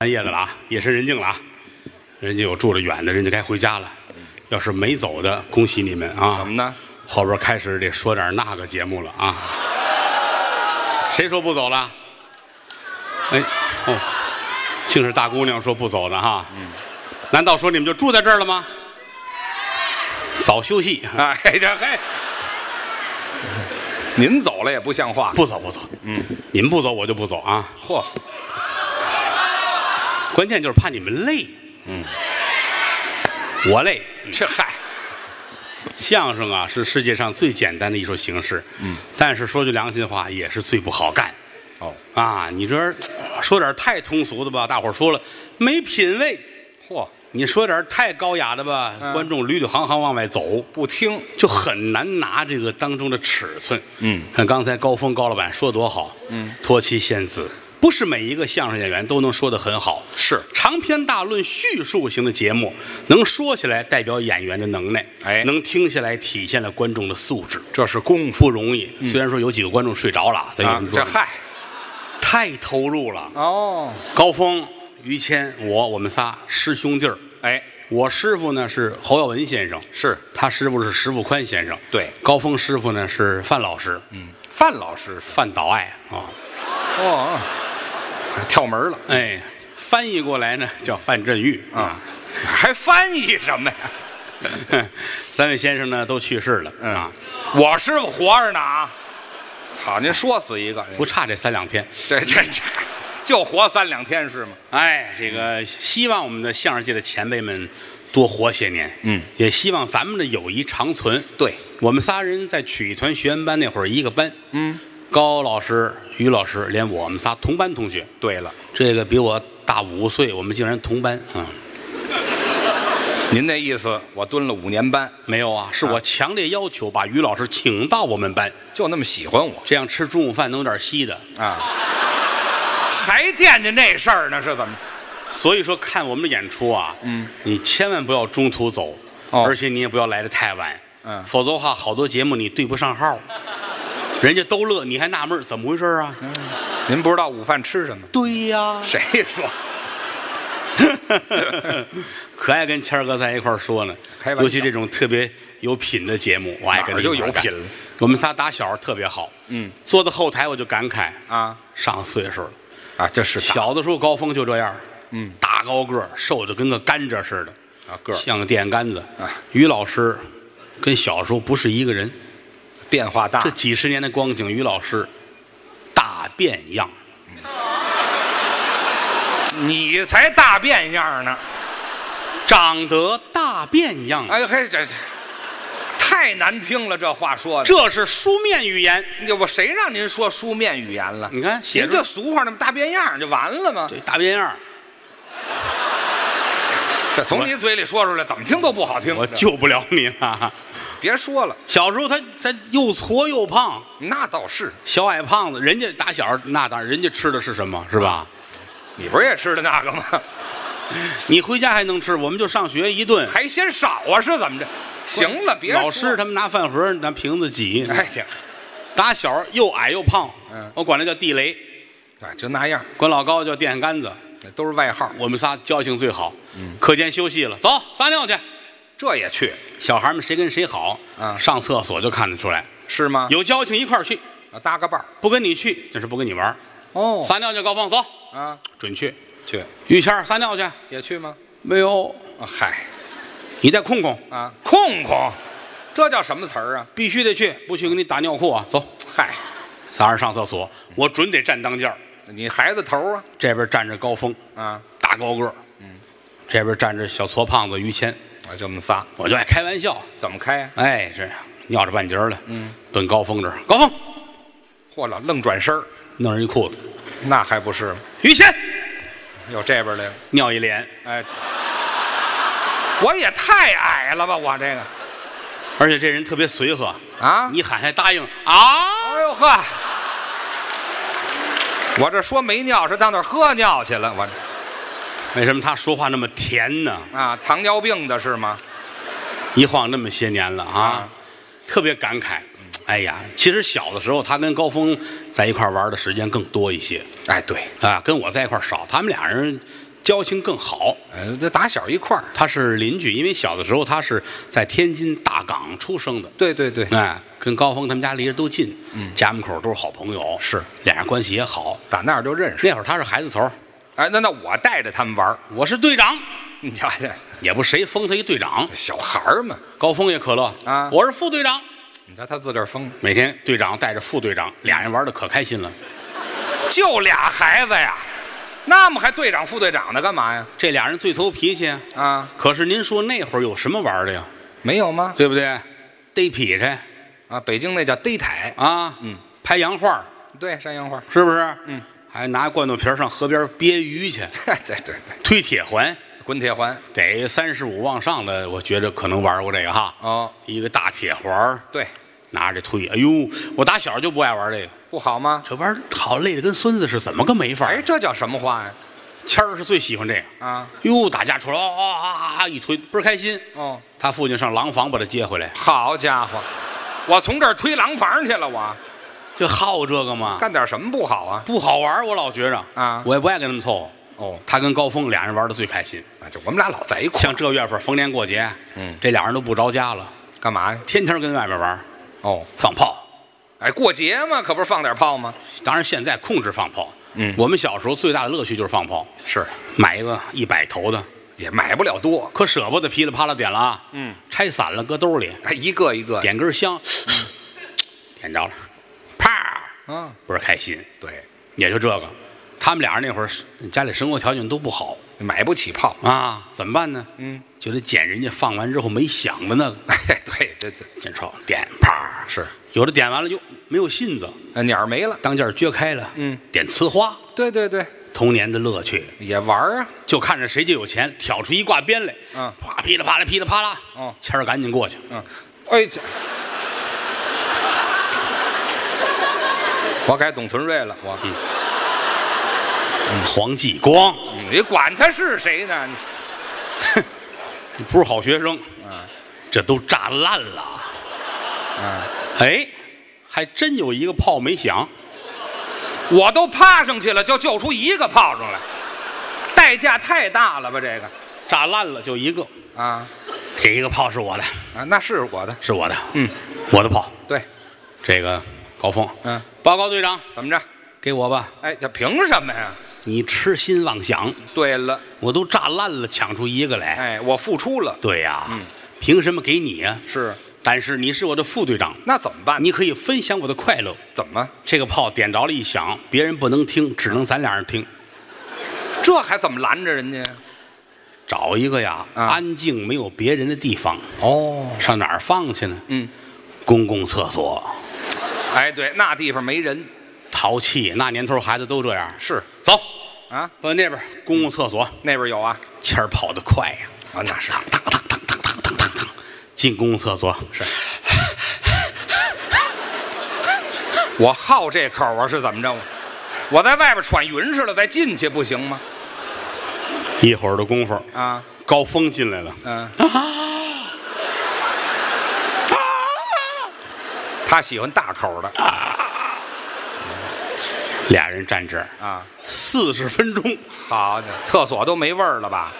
半夜的了啊，夜深人静了啊，人家有住得远的，人家该回家了。要是没走的，恭喜你们啊！怎么呢？后边开始得说点那个节目了啊。谁说不走了？哎，哦，竟是大姑娘说不走的哈。难道说你们就住在这儿了吗？早休息， 哎，这嘿，您走了也不像话。不走不走。嗯，你们不走我就不走啊。嚯，关键就是怕你们累。嗯，我累。这嗨，相声啊是世界上最简单的艺术形式，嗯，但是说句良心话，也是最不好干哦，啊！你这儿说点太通俗的吧，大伙儿说了没品位；嚯，你说点太高雅的吧，观众捋捋行行往外走，不听，就很难拿这个当中的尺寸。嗯，看刚才高峰高老板说多好，嗯，托妻献子，不是每一个相声演员都能说得很好，是长篇大论叙述型的节目，能说起来代表演员的能耐，哎能听下来体现了观众的素质，这是功夫不容易。虽然说有几个观众睡着了，咱有嗯啊人！说这嗨，太投入了。哦，高峰、于谦、我，我们仨师兄弟儿。哎，我师傅呢是侯耀文先生，是他师傅是石富宽先生，对高峰师傅呢是范老师，嗯，范老师说范岛爱啊，哦，跳门了哎，翻译过来呢叫范振钰嗯啊，还翻译什么呀？啊 三位先生呢都去世了、嗯啊，我师傅活着呢啊！好，您说死一个，不差这三两天。这这这，就活三两天是吗？哎，这个希望我们的相声界的前辈们多活些年，嗯，也希望咱们的友谊长存。对，我们仨人在曲艺团学员班那会儿一个班，嗯，高老师、于老师，连我们仨同班同学，对了，这个比我大五岁，我们竟然同班啊、您那意思，我蹲了五年班，没有啊，是我强烈要求把于老师请到我们班，就那么喜欢我这样吃中午饭能有点稀的。啊？还惦记那事儿呢？是怎么？所以说，看我们的演出啊，嗯，你千万不要中途走，哦而且你也不要来的太晚，嗯否则的话，好多节目你对不上号，人家都乐，你还纳闷儿怎么回事儿啊？嗯您不知道午饭吃什么？对呀、 谁说？可爱跟谦儿哥在一块儿说呢开，玩笑尤其这种特别有品的节目，我爱跟他一块儿哪儿就有干品了。我们仨打小特别好，嗯，坐到后台我就感慨啊，上岁数了，啊，这是大小的时候高峰就这样，嗯，大高个儿，瘦的跟个甘蔗似的，啊个儿像个电杆子啊。于老师跟小时候不是一个人，变化大这，几十年的光景，于老师大变样，你才大变样呢！长得大变样，哎嘿，这这太难听了，这话说的。这是书面语言。这嗯我谁让您说书面语言了？你看写您着这俗话那么大变样就完了吗？对大变样，这从你嘴里说出来，怎么听都不好听。我救不了你了。 别说了，小时候他他又矬又胖，那倒是，小矮胖子，人家打小那当然，人家吃的是什么是吧？你不是也吃的那个吗？你回家还能吃，我们就上学一顿。 还嫌少啊？是怎么着？行了，别说老师他们拿饭盒拿瓶子挤，哎这打小又矮又胖，嗯我管他叫地雷，哎就那样，管老高叫电杆子，都是外号，我们仨交情最好。嗯课间休息了，走撒尿去。这也去小孩们谁跟谁好，嗯上厕所就看得出来，是吗？有交情一块儿去，有搭个伴儿不跟你去那是不跟你玩儿。哦撒尿去，高峰走，啊，准确。去于谦儿撒尿去，也去吗？没有，啊嗨你再空空，啊，空空，这叫什么词儿啊？必须得去，不去给你打尿裤啊。走，嗨，仨人上厕所，我准得站当间儿，你孩子头啊这边站着高峰，啊，大高个儿，这边站着小矬胖子于谦，啊就我们仨，我就爱开玩笑，怎么开呀、哎，这尿着半截儿了，嗯奔高峰这儿，高峰嚯了，愣转身儿，弄人一裤子，那还不是吗？于谦又这边来了，尿一脸，哎，我也太矮了吧，我这个而且这人特别随和，啊，你喊还答应啊，哎呦呵，我这说没尿是到那儿喝尿去了，我这为什么他说话那么甜呢？啊，糖尿病的是吗？一晃那么些年了啊啊，特别感慨。哎呀，其实小的时候他跟高峰在一块儿玩的时间更多一些哎，对，啊，跟我在一块儿少。他们俩人交情更好。呃，这打小一块儿，他是邻居，因为小的时候他是在天津大港出生的，对对对，哎，跟高峰他们家离着都近，家门口都是好朋友，嗯是俩人关系也好。打那儿就认识。那会儿他是孩子头儿，哎，那那我带着他们玩儿，我是队长， 你瞧瞧，也不谁封他一队长。小孩儿嘛，高峰也可乐啊我是副队长。你瞧他自个儿疯，每天队长带着副队长，俩人玩的可开心了。就俩孩子呀，那么还队长副队长的干嘛呀？这俩人最投脾气啊。啊，可是您说那会儿有什么玩的呀？没有吗？对不对？逮劈柴啊，北京那叫逮台，啊，嗯，拍洋画对，山羊花，是不是？嗯，还拿罐头皮儿上河边憋鱼去， 对对对，推铁环，滚铁环，得三十五往上的，我觉着可能玩过这个哈。哦，一个大铁环儿对，拿着推，哎呦，我打小就不爱玩这个，不好吗？这玩意儿好累的跟孙子是怎么个没法儿？哎，这叫什么话呀？谦儿是最喜欢这个。啊，哟，打架出来，啊啊啊啊！一推倍儿开心。哦，他父亲上廊坊把他接回来，好家伙，我从这儿推廊坊去了，我就好这个嘛，干点什么不好啊？不好玩儿我老觉着啊我也不爱跟他们凑合。哦，他跟高峰俩人玩的最开心，啊就我们俩老在一块儿，像这月份逢年过节，嗯这俩人都不着家了，干嘛呀？天天跟外边玩，哦，放炮。哎，过节嘛，可不是放点炮吗？当然现在控制放炮，嗯我们小时候最大的乐趣就是放炮，是，买一个一百头的，也买不了多，可舍不得噼里啪啦点了啊，嗯，拆散了搁兜里，哎，一个一个，点根香，嗯 点着了，啪，啊，倍儿开心。对，也就这个。他们俩人那会儿是家里生活条件都不好买不起炮， 啊，怎么办呢？嗯，就得捡人家放完之后没响的那个，哎，对，这这捡着点啪，是，有的点完了就没有信子，呃鸟儿没了，当间儿撅开了，嗯，点呲花，对对对，童年的乐趣，也玩儿啊，就看着谁就有钱，挑出一挂鞭来，嗯啪噼里啪啦噼里啪啦，哦谦儿赶紧过去，嗯，哎，这我改董存瑞了，我，嗯黄继光你管他是谁呢？你不是好学生，嗯这都炸烂了，嗯，哎，还真有一个炮没响，我都趴上去了，就救出一个炮仗来，代价太大了吧？这个炸烂了就一个，啊这一个炮是我的，啊，那是我的，是我的，嗯，我的炮。对，这个高峰，嗯，报告队长，怎么着？给我吧。哎，这凭什么呀？你痴心妄想，对了，我都炸烂了，抢出一个来。哎，我付出了，对呀、嗯凭什么给你呀、是，但是你是我的副队长，那怎么办？你可以分享我的快乐。怎么？这个炮点着了，一响，别人不能听，只能咱俩人听。这还怎么拦着人家呀？找一个呀，啊安静没有别人的地方，哦，上哪儿放去呢？嗯，公共厕所，哎，对，那地方没人淘气。那年头孩子都这样。是走，啊，到那边公共厕所。那边有啊，谦儿跑得快呀、啊那是，进公共厕所是我好这口啊，是怎么着？我在外边喘匀似的，再进去不行吗？一会儿的功夫，啊，高峰进来了，嗯、他喜欢大口的俩人站这儿啊，四十分钟，好家伙，厕所都没味儿了吧？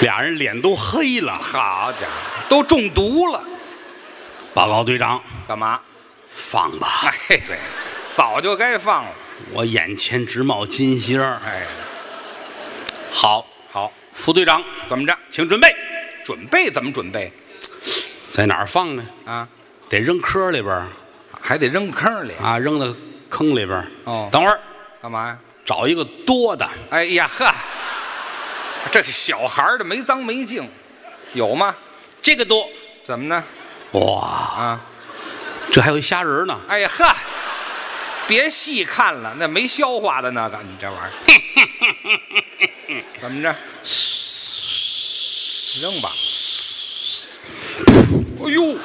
俩人脸都黑了。好家伙，都中毒了，报告队长，干嘛？放吧，哎，对，早就该放了。我眼前直冒金星儿。哎，好，好，副队长，怎么着？请准备，准备怎么准备在哪儿放呢？啊？得扔窠里边儿还得扔坑里，啊，扔到坑里边儿哦等会儿干嘛呀？找一个多的，哎呀呵，这小孩儿的没脏没净，有吗？这个多。怎么呢？哇，啊，这还有一虾仁儿呢。哎呀呵，别细看了，那没消化的那个，你这玩意儿，怎么着？扔吧！哎呦，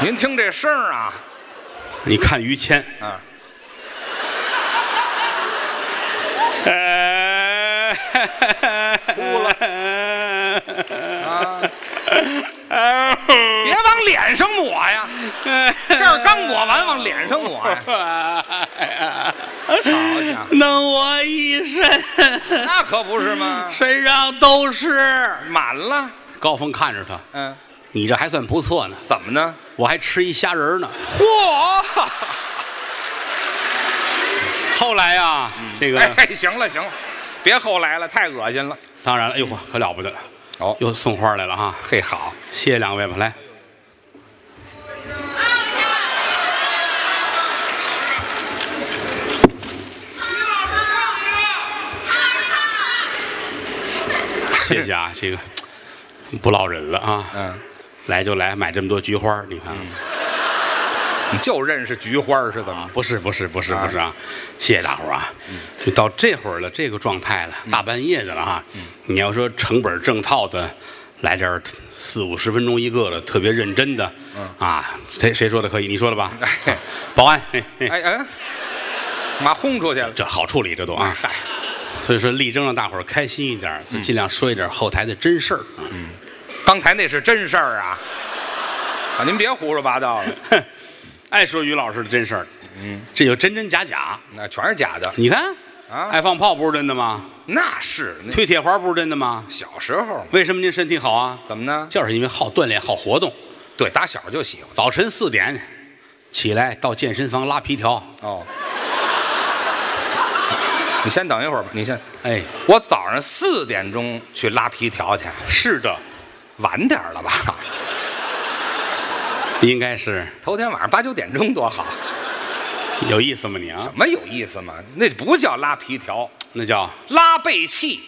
您听这声儿啊，你看于谦，啊，呃，哭了啊！ 别往脸上抹呀，这儿刚抹完，往脸上抹呀。好家伙，弄我一身，那可不是吗？身上都是。满了，高峰看着他，嗯，你这还算不错呢，怎么呢？我还吃一虾仁儿呢。嚯！后来呀、这个、哎，行了行了，别后来了，太恶心了。当然了，哎呦呵，可了不得了，哦又送花来了哈，嘿，好，谢谢两位吧，来。谢谢啊，这个不落忍了啊，嗯，来就来，买这么多菊花，你看，你就认识菊花是怎么？啊不是不是不是不是啊，谢谢大伙儿啊，就到这会儿了，这个状态了，大半夜的了哈，你要说成本正套的，来这儿四五十分钟一个的，特别认真的，啊，谁谁说的可以？你说的吧？啊保安，嘿嘿哎哎，妈轰出去了。这好处理这都啊，嗨，所以说力争让大伙儿开心一点儿，尽量说一点后台的真事儿啊。刚才那是真事儿啊！啊，您别胡说八道了，爱说于老师的真事儿，嗯，这有真真假假，那全是假的。你看，啊爱放炮不是真的吗？那是那推铁环不是真的吗？小时候为什么您身体好啊？怎么呢？就是因为好锻炼、好活动。对，打小就喜欢。早晨四点起来到健身房拉皮条，哦， 你先等一会儿吧，你先。哎，我早上四点钟去拉皮条去，是的，晚点儿了吧？应该是头天晚上八九点钟多好，有意思吗你啊什？么有意思嘛？那不叫拉皮条，那叫啊，拉背气。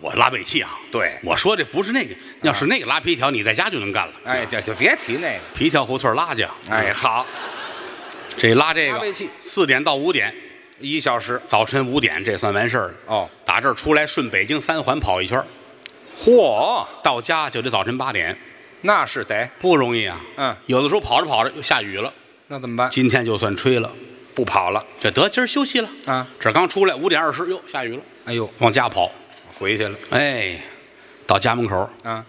我拉背气啊。对，啊我说这不是那个，要是那个拉皮条，你在家就能干了。哎，就就别提那个。皮条胡同拉去啊，哎，好，这拉这拉个背气四点到五点，一小时。早晨五点这算完事儿了。哦，打这儿出来顺北京三环跑一圈儿，嚯，到家就得早晨八点，那是得。不容易啊。嗯，有的时候跑着跑着又下雨了，那怎么办？今天就算吹了，不跑了这得今儿休息了。啊！这儿刚出来五点二十，哟，下雨了，哎呦，往家跑。回去了哎，到家门口，啊！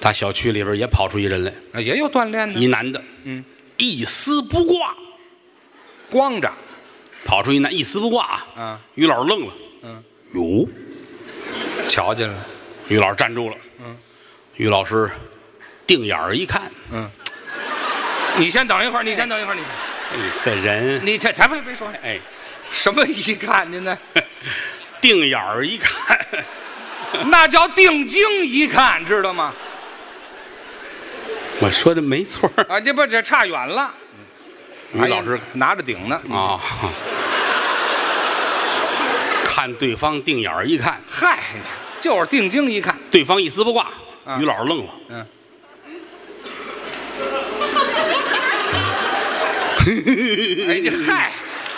打小区里边也跑出一人来，啊也有锻炼一的，男的，嗯，一丝不挂，光着跑出一男一丝不挂啊。啊！于老师愣了，嗯，哟，瞧见了，于老师站住了，嗯，于老师定眼儿一看，嗯。你先等一会儿，你先等一会儿，你哎，嗯这人，你这咱别别说哎，什么一看您呢？定眼儿一看， 那叫定睛一看，知道吗？我说的没错儿，啊，这不这差远了。于老师哎呀嗯拿着顶呢。啊。 看对方定眼儿一看，嗨，就是定睛一看，对方一丝不挂，啊于老师愣了。嗯，哎呀，嗨，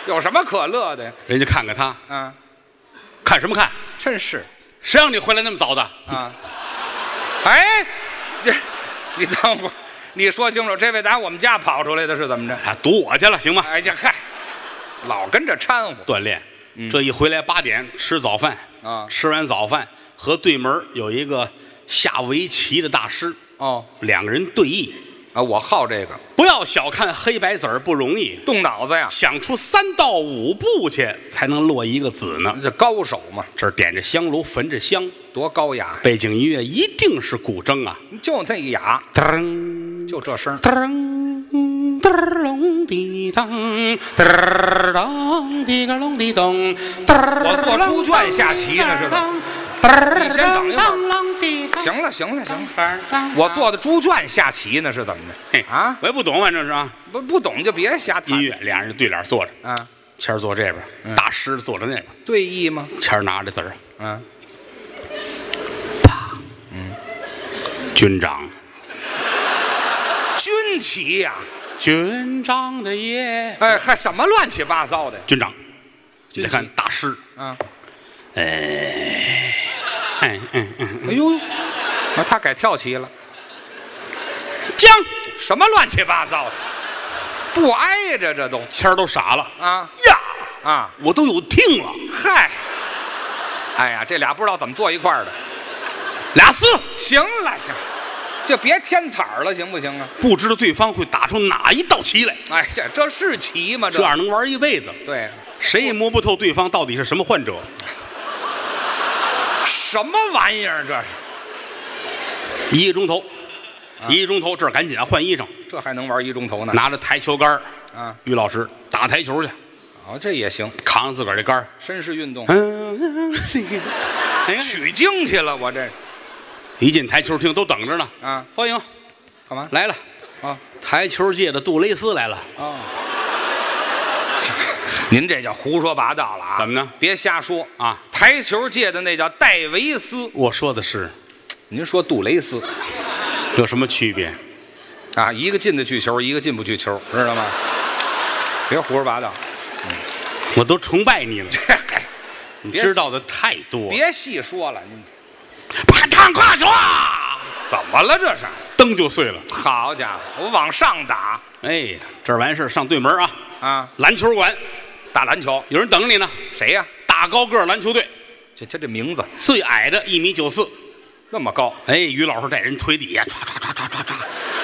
有什么可乐的呀？ 人家看看他，啊，看什么看？真是谁让你回来那么早的？啊，哎，这你等会儿，你说清楚，这位打我们家跑出来的是怎么着？啊，堵我去了，行吗？哎呀，嗨，老跟着掺和锻炼，这一回来八点吃早饭嗯啊吃完早饭和对门儿有一个下围棋的大师，哦两个人对弈，啊，我好这个不要小看黑白子儿不容易，动脑子呀，想出三到五步去才能落一个子呢。这高手嘛，这儿点着香炉，焚着香，多高雅，背景音乐一定是古筝啊，就那个雅，噔就这声儿。噔噔隆滴当，噔当滴个隆滴咚，噔。我做猪圈下棋呢是吧？你你先等一儿会行了行了行了，我做的猪圈下棋呢是怎么嘿着？啊，我也不懂，反正是啊。不不懂就别瞎谈音乐，俩人对脸坐着，啊，谦儿坐这边，大师坐着那边，对弈吗？谦儿拿着字儿，啊，军长。军棋呀、军长的夜，哎，还什么乱七八糟的？军长，你军得旗看大师，啊，哎嗯嗯，哎呦，啊，他改跳棋了，将，什么乱七八糟的？不挨着这都谦儿都傻了啊呀，啊！我都有听了，嗨，哎呀，这俩不知道怎么坐一块儿的。俩四，行了行，就别添彩儿了，行不行啊？不知道对方会打出哪一道棋来，哎，这这是棋吗？这样能玩一辈子，对，谁也摸不透对方到底是什么患者。什么玩意儿？这是，一个钟头，一个钟头，这儿赶紧啊，换衣裳，这还能玩一钟头呢？拿着台球杆儿啊，于老师打台球去，哦，这也行，扛着自个儿这杆儿，绅士运动，嗯，哎呀取经去了，我这 一进台球厅都等着呢。啊，欢迎干嘛？来了，啊台球界的杜蕾斯来了。啊！您这叫胡说八道了啊！怎么呢？别瞎说啊！台球界的那叫戴维斯，我说的是您说杜蕾斯有什么区别？啊，一个进得去球，一个进不去球，知道吗？别胡说八道，我都崇拜你了，你别知道的太多。别细说了，您啪嗒，跨球啊，怎么了这是？灯就碎了。好家伙，我往上打哎呀，这完事儿上对门啊，啊！篮球馆打篮球，有人等你呢。谁呀、大高个儿篮球队，这这这名字最矮的一米九四。那么高，哎，于老师在人腿底下唰唰唰唰唰唰，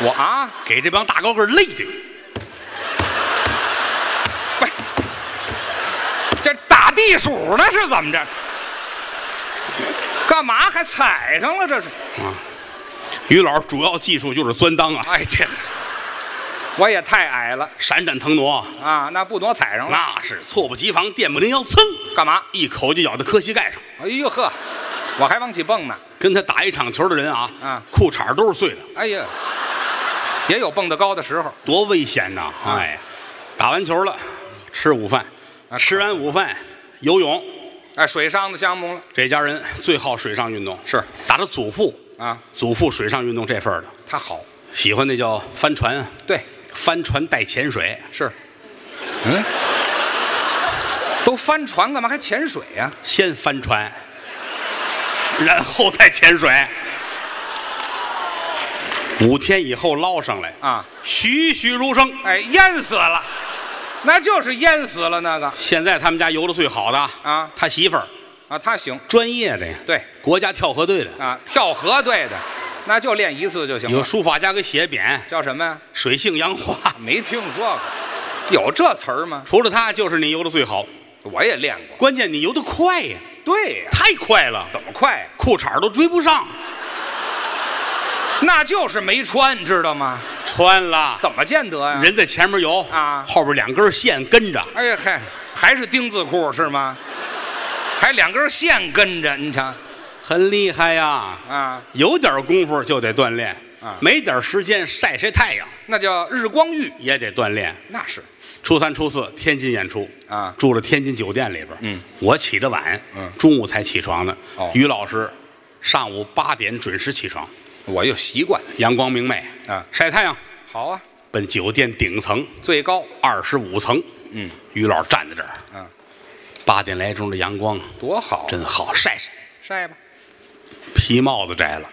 我啊，给这帮大高个儿累的。这打地鼠呢是怎么着？ 干嘛还踩上了？这是？于老师主要技术就是钻裆啊，哎，这我也太矮了闪展腾挪啊，啊！那不挪踩上了，那是猝不及防，电不灵腰，噌，干嘛？一口就咬到磕膝盖上。哎呦呵，我还往起蹦呢。跟他打一场球的人啊，啊裤衩都是碎的，哎呀，也有蹦得高的时候。多危险呐！哎，打完球了，吃午饭，啊吃完午饭游泳，哎，水上的项目了这家人最好水上运动，是打他祖父，啊，祖父水上运动这份儿的，他好，喜欢那叫帆船啊，对，帆船带潜水，是，嗯，都翻船干嘛还潜水呀、先帆船，然后再潜水，五天以后捞上来，啊？栩栩如生。哎，淹死了，那就是淹死了那个现在他们家游的最好的啊他媳妇儿啊，他行，专业的呀，对国家跳河队的，啊，跳河队的，那就练一次就行有了。书法家给写匾叫什么呀？ “水性杨花没听说过，有这词儿吗”，？除了他就是你游的最好，我也练过。关键你游的快呀，对呀、太快了，怎么快呀、裤衩都追不上，那就是没穿，知道吗？穿了，怎么见得呀、人在前面游啊后边两根线跟着，哎呀嗨，还是丁字裤是吗？还两根线跟着，你瞧很厉害呀。啊，有点功夫就得锻炼啊没点时间晒晒太阳那叫日光浴，也得锻炼。那是初三、初四天津演出啊住了天津酒店里边。嗯，我起得晚，嗯中午才起床呢。哦于老师上午八点准时起床，我有习惯。阳光明媚啊晒太阳。好啊，奔酒店顶层最高二十五层，嗯，于老师站在这儿，啊，八点来钟的阳光多好，真好，晒晒。晒吧，皮帽子摘了，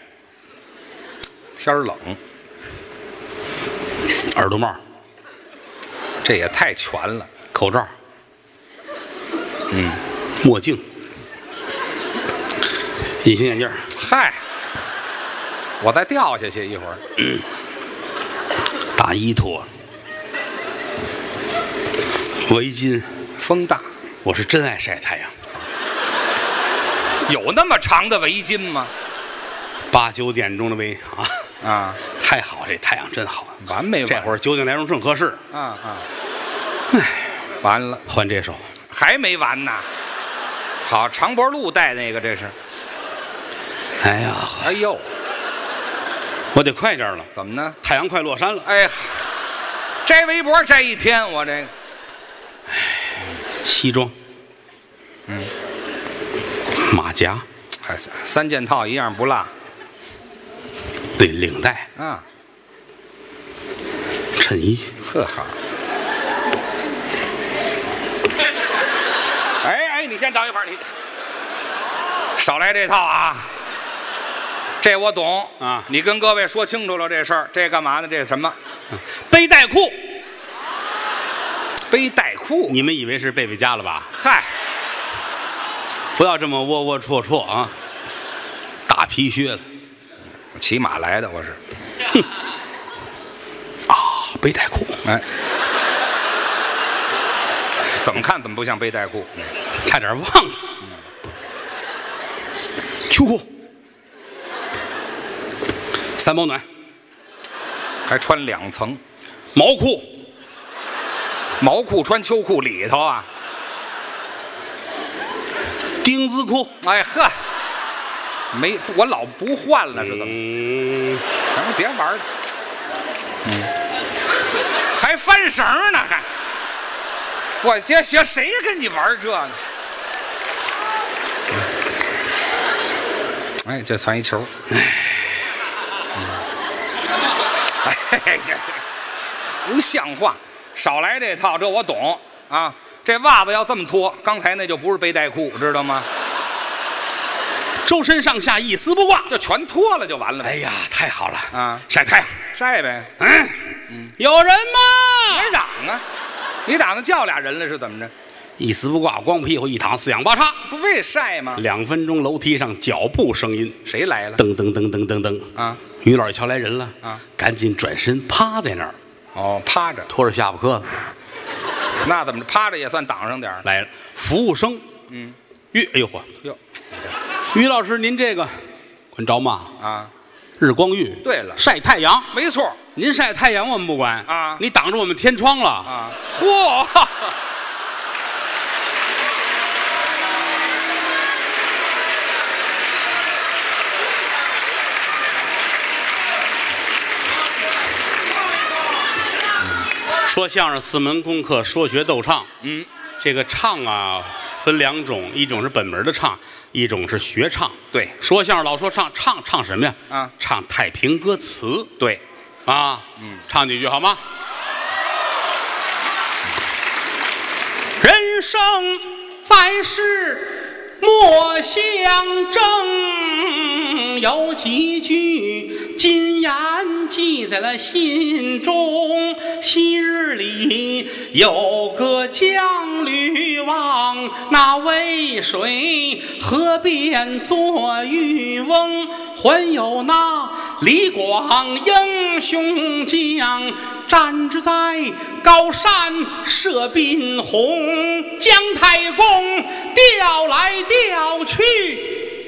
天儿冷，耳朵帽、这也太全了。口罩，嗯，墨镜，隐形眼镜儿，嗨，我再掉下去一会儿，大衣脱了，围巾。风大，我是真爱晒太阳，有那么长的围巾吗？八九点钟的围啊，啊，太好，这太阳真好。完没完？这会儿九点来钟正合适，啊啊，唉，完了，换这首。还没完呢。好，长脖鹿带那个这是，哎呀，哎呦，我得快点儿了，怎么呢？太阳快落山了。哎，摘围脖摘一天，我这个西装，嗯，马甲，还三三件套一样不落对，领带，啊。衬衣，呵好。哎哎，你先等一会儿，你少来这套啊！这我懂啊你跟各位说清楚了这事儿，这干嘛呢？这什么背带裤。背带裤？你们以为是贝贝家了吧？嗨，不要这么窝窝戳戳啊！大皮靴子，骑马来的我是背带裤，哎，怎么看怎么不像背带裤。嗯差点忘了。秋裤，三保暖，还穿两层，毛裤，毛裤穿秋裤里头啊。丁字裤。哎呵，没我老不换了是怎么？嗯，咱们别玩了，嗯，还翻绳呢还。我这谁谁跟你玩这呢？哎，这算一球。哎，这这不像话，少来这套，这我懂啊。这袜子要这么脱，刚才那就不是背带裤，知道吗？周身上下一丝不挂。就全脱了就完了呗，哎呀，太好了啊晒太阳。晒呗，嗯，有人吗？还嚷啊！你打算叫俩人了是怎么着？一丝不挂，光屁股一躺，四仰八叉。不为晒吗？两分钟，楼梯上脚步声音，谁来了？噔噔噔噔噔噔。啊，于老师瞧来人了啊，赶紧转身趴在那儿，哦，趴着，拖着下巴磕子那怎么着？趴着也算挡上点儿。来了。服务生，嗯，于，哎呦嚯，哟，于老师您这个，管着吗？啊，日光浴。对了晒太阳。没错您晒太阳我们不管啊你挡着我们天窗了啊啊。嚯，说相声四门功课，说学逗唱。嗯，这个唱啊分两种，一种是本门的唱，一种是学唱。对说相声老说唱，唱唱什么呀？啊唱太平歌词对，啊。嗯，唱几句好吗？人生在世莫相争，有几句金言记在了心中。昔日里有个将吕王，那渭水河边做渔翁，还有那李广英雄将。站之在高山射宾虹，姜太公调来调去，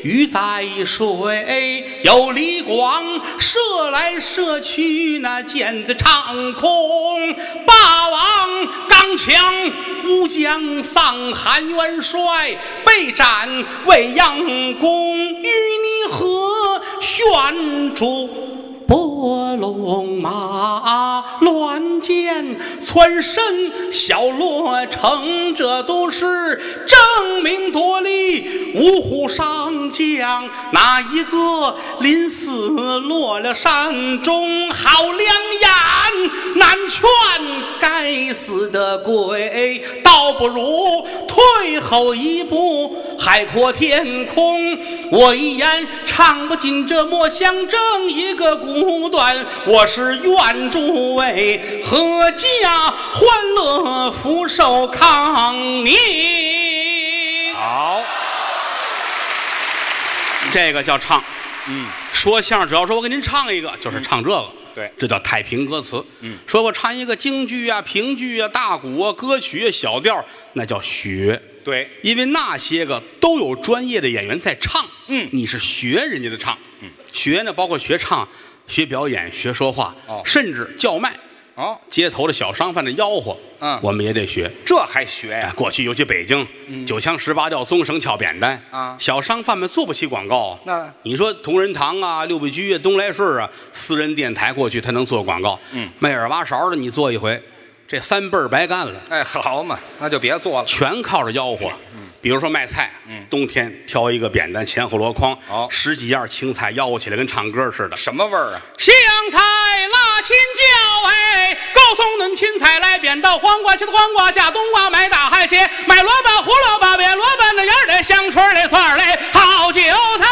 鱼在水，有李广射来射去，那箭在长空。霸王刚强乌江丧韩元帅，被斩未央宫，淤泥河旋逐。波龙马乱箭穿身小洛城，这都是争名夺利。五虎上将哪一个临死落了山中？好良言难劝该死的鬼，倒不如退后一步，海阔天空。我一言唱不尽这墨香正一个古段，我是愿诸位阖家欢乐福寿康宁。好，这个叫唱，嗯，说相声只要说我给您唱一个，就是唱这个。对这叫太平歌词。嗯，说我唱一个京剧啊、评剧啊、大鼓啊、歌曲啊、小调儿，那叫学。对，因为那些个都有专业的演员在唱，嗯你是学人家的唱，嗯，学呢包括学唱、学表演、学说话，哦甚至叫卖，哦，街头的小商贩的吆喝，嗯我们也得学。这还学哎呀？过去尤其北京，九腔十八调、棕绳翘扁担嗯啊小商贩们做不起广告。那你说同仁堂啊、六必居啊、东来顺啊，私人电台过去他能做广告，嗯，卖耳挖勺的你做一回，这三辈儿白干了。哎，好嘛，那就别做了。全靠着吆喝。嗯比如说卖菜，冬天挑一个扁担，前后箩筐，哦十几样青菜，吆喝起来跟唱歌似的。什么味儿啊？香菜辣青椒，哎，高松嫩青菜来扁豆，黄瓜茄子黄瓜架冬瓜，买大海鲜，买萝卜胡萝卜扁萝卜，那芽儿的香椿儿嘞蒜儿嘞，好韭菜。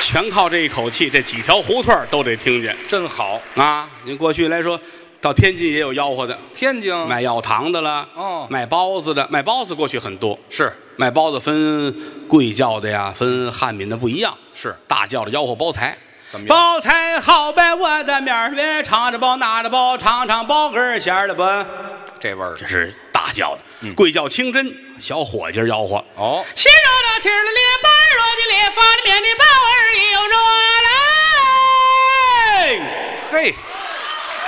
全靠这一口气，这几条胡同儿都得听见真好，啊！您过去来说，到天津也有吆喝的，天津卖药糖的了，哦卖包子的，卖包子过去很多，是卖包子分贵教的呀，分汉民的不一样，是大教的吆喝包财，怎么样包菜好白我的面儿面，尝着包拿着包，尝尝包根馅儿的吧。这味儿这是大叫的，嗯贵叫清真，小伙计儿吆喝。哦，鲜肉的、蹄儿的、列巴肉的、列发的、面的、包儿也有热嘞。嘿，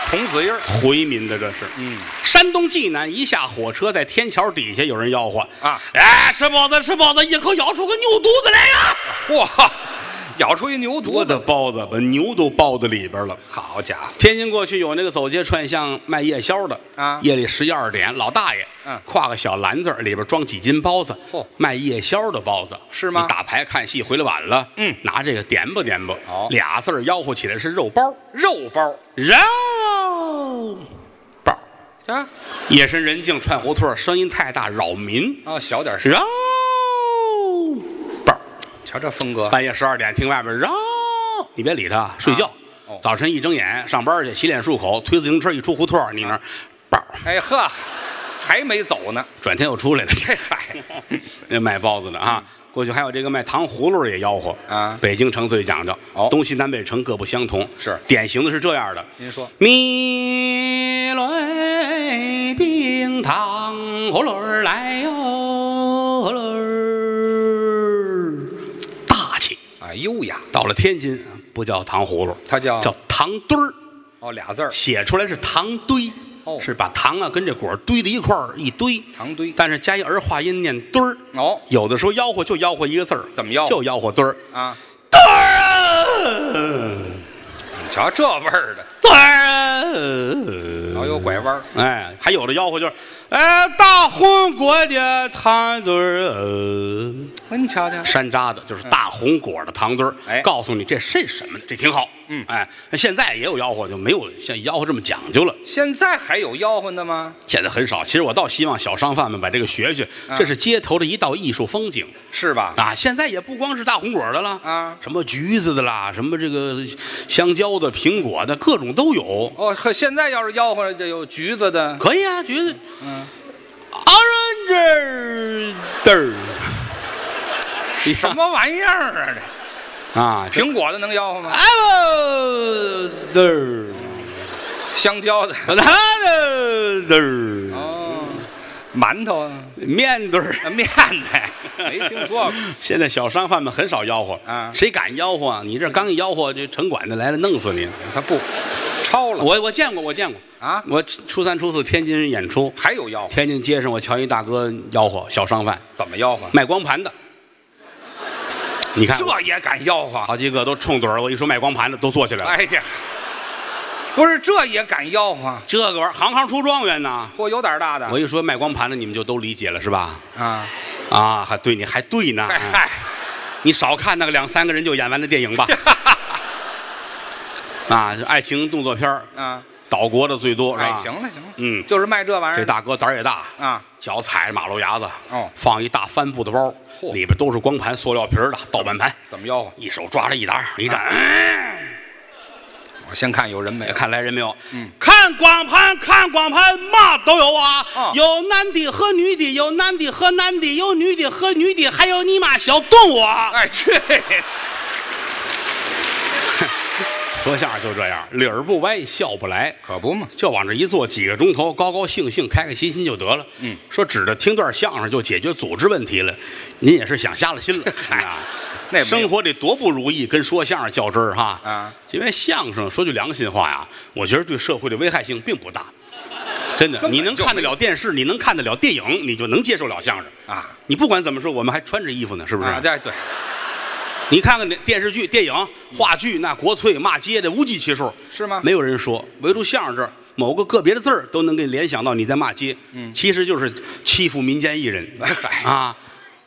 童子音儿，回民的这是，嗯，山东济南一下火车，在天桥底下有人吆喝啊哎，吃包子，吃包子，一口咬出个牛犊子来呀！嚯，咬出一牛犊我的子，包子把牛都包在里边了。好家伙，天津过去有那个走街串巷卖夜宵的啊夜里十一二点，老大爷，嗯挎个小篮子儿，里边装几斤包子，嚯卖夜宵的包子是吗你打牌看戏回来晚了，嗯拿这个点吧点吧，哦俩字儿吆喝起来是肉包，肉包肉包，啊，夜深人静串胡同儿，声音太大扰民，啊，小点声，肉包，瞧这风格，半夜十二点听外边嚷，你别理他，睡觉。哦早晨一睁眼上班去，洗脸漱口，推自行车一出胡同儿，你那儿，包。哎呵，还没走呢，转天又出来了， 这嗨，嗯这卖包子的啊。过去还有这个卖糖葫芦也吆喝啊北京城最讲究，哦东西南北城各不相同，是嗯典型的是这样的。您说米泪冰糖葫芦儿来哟，葫芦儿大气。啊，优雅，到了天津不叫糖葫芦，它叫叫糖堆儿，哦，俩字儿，写出来是糖堆，哦是把糖啊跟这果儿堆在一块儿一堆，糖堆但是加一儿化音念堆儿。哦，有的时候吆喝就吆喝一个字儿，怎么吆喝就吆喝堆儿，啊，堆儿啊，你瞧这味儿的，堆儿啊，老有拐弯儿，哎，还有的吆喝就是，哎，大红果的糖堆儿啊，您瞧瞧，山楂的，就是大红果的糖堆儿。哎告诉你这是什么，这挺好。嗯哎，现在也有吆喝，就没有像吆喝这么讲究了。现在还有吆喝的吗？现在很少。其实我倒希望小商贩们把这个学学，啊这是街头的一道艺术风景。是吧？啊，现在也不光是大红果的了，啊什么橘子的啦，什么这个香蕉的、苹果的，各种都有。哦，呵现在要是吆喝就有橘 子的，可以啊，橘子，嗯，orange 嘚儿什么玩意儿啊？啊，这苹果的能吆喝 吗？ apple 嘚儿，香蕉的， banana 嘚儿，哦，馒头啊，面堆儿。啊 面的，没听说过。现在小商贩们很少吆喝，啊谁敢吆喝啊？你这刚一吆喝，这城管的来了，弄死你！他不超了，我我见过，我见过啊我初三、初四天津演出，还有吆喝，天津街上我瞧一大哥吆喝，小商贩怎么吆喝？卖光盘的，你看这也敢吆喝？好几个都冲盹儿，我一说卖光盘的都坐起来了。哎呀，不是这也敢吆喝？这个玩意儿行行出状元呐！嚯，有胆大的我一说卖光盘的，你们就都理解了是吧？啊！啊，还对你还对呢，嗨嗨，你少看那个两三个人就演完的电影 吧。啊，这爱情动作片儿啊，岛国的最多，是吧哎，行，了行了，嗯就是卖这玩意这儿的大哥胆儿也大，啊，脚踩着马路牙子，哦放一大帆布的包，嚯里边都是光盘、塑料皮儿的盗版盘，怎么吆喝？一手抓着一沓嗯儿，一站，哎我先看有人没有？看来人没有，看光盘，看光盘，嘛都有啊，嗯有男的和女的，有男的和男的，有女的和女的，还有你妈小动物 啊！哎去，说相声就这样，理儿不歪，笑不来。可不嘛，就往这一坐，几个钟头，高高兴兴、开开心心就得了。嗯，说指着听段相声就解决组织问题了，您也是想瞎了 心了。嗨，那也没有生活得多不如意，跟说相声较真儿哈。啊，因为相声说句良心话呀，我觉得对社会的危害性并不大，真的。根本你能就看得了电视，你能看得了电影，你就能接受了相声啊。你不管怎么说，我们还穿着衣服呢，是不是？啊，对对，你看看那电视剧、电影、话剧，那国粹骂街的无计其数，嗯是吗没有人说，唯独相声这儿某个个别的字儿都能给你联想到你在骂街，嗯，其实就是欺负民间艺人，嗨啊！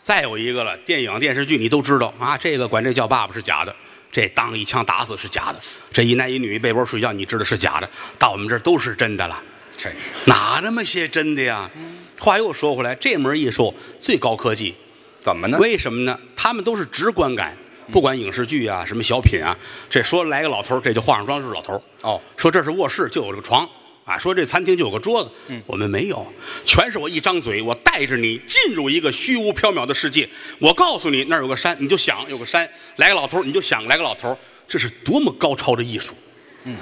再有一个了，电影、电视剧你都知道啊，这个管这叫爸爸是假的。这当一枪打死是假的，这一男一女被窝睡觉，你知道是假的，到我们这儿都是真的了，真是哪那么些真的呀？嗯话又说回来，这门艺术最高科技，怎么呢？为什么呢？他们都是直观感，不管影视剧啊，什么小品啊，这说来个老头儿，这就化上妆就是老头儿哦，说这是卧室就有这个床啊，说这餐厅就有个桌子，我们没有，全是我一张嘴，我带着你进入一个虚无缥缈的世界。我告诉你那儿有个山，你就想有个山；来个老头儿，你就想来个老头儿。这是多么高超的艺术。嗯，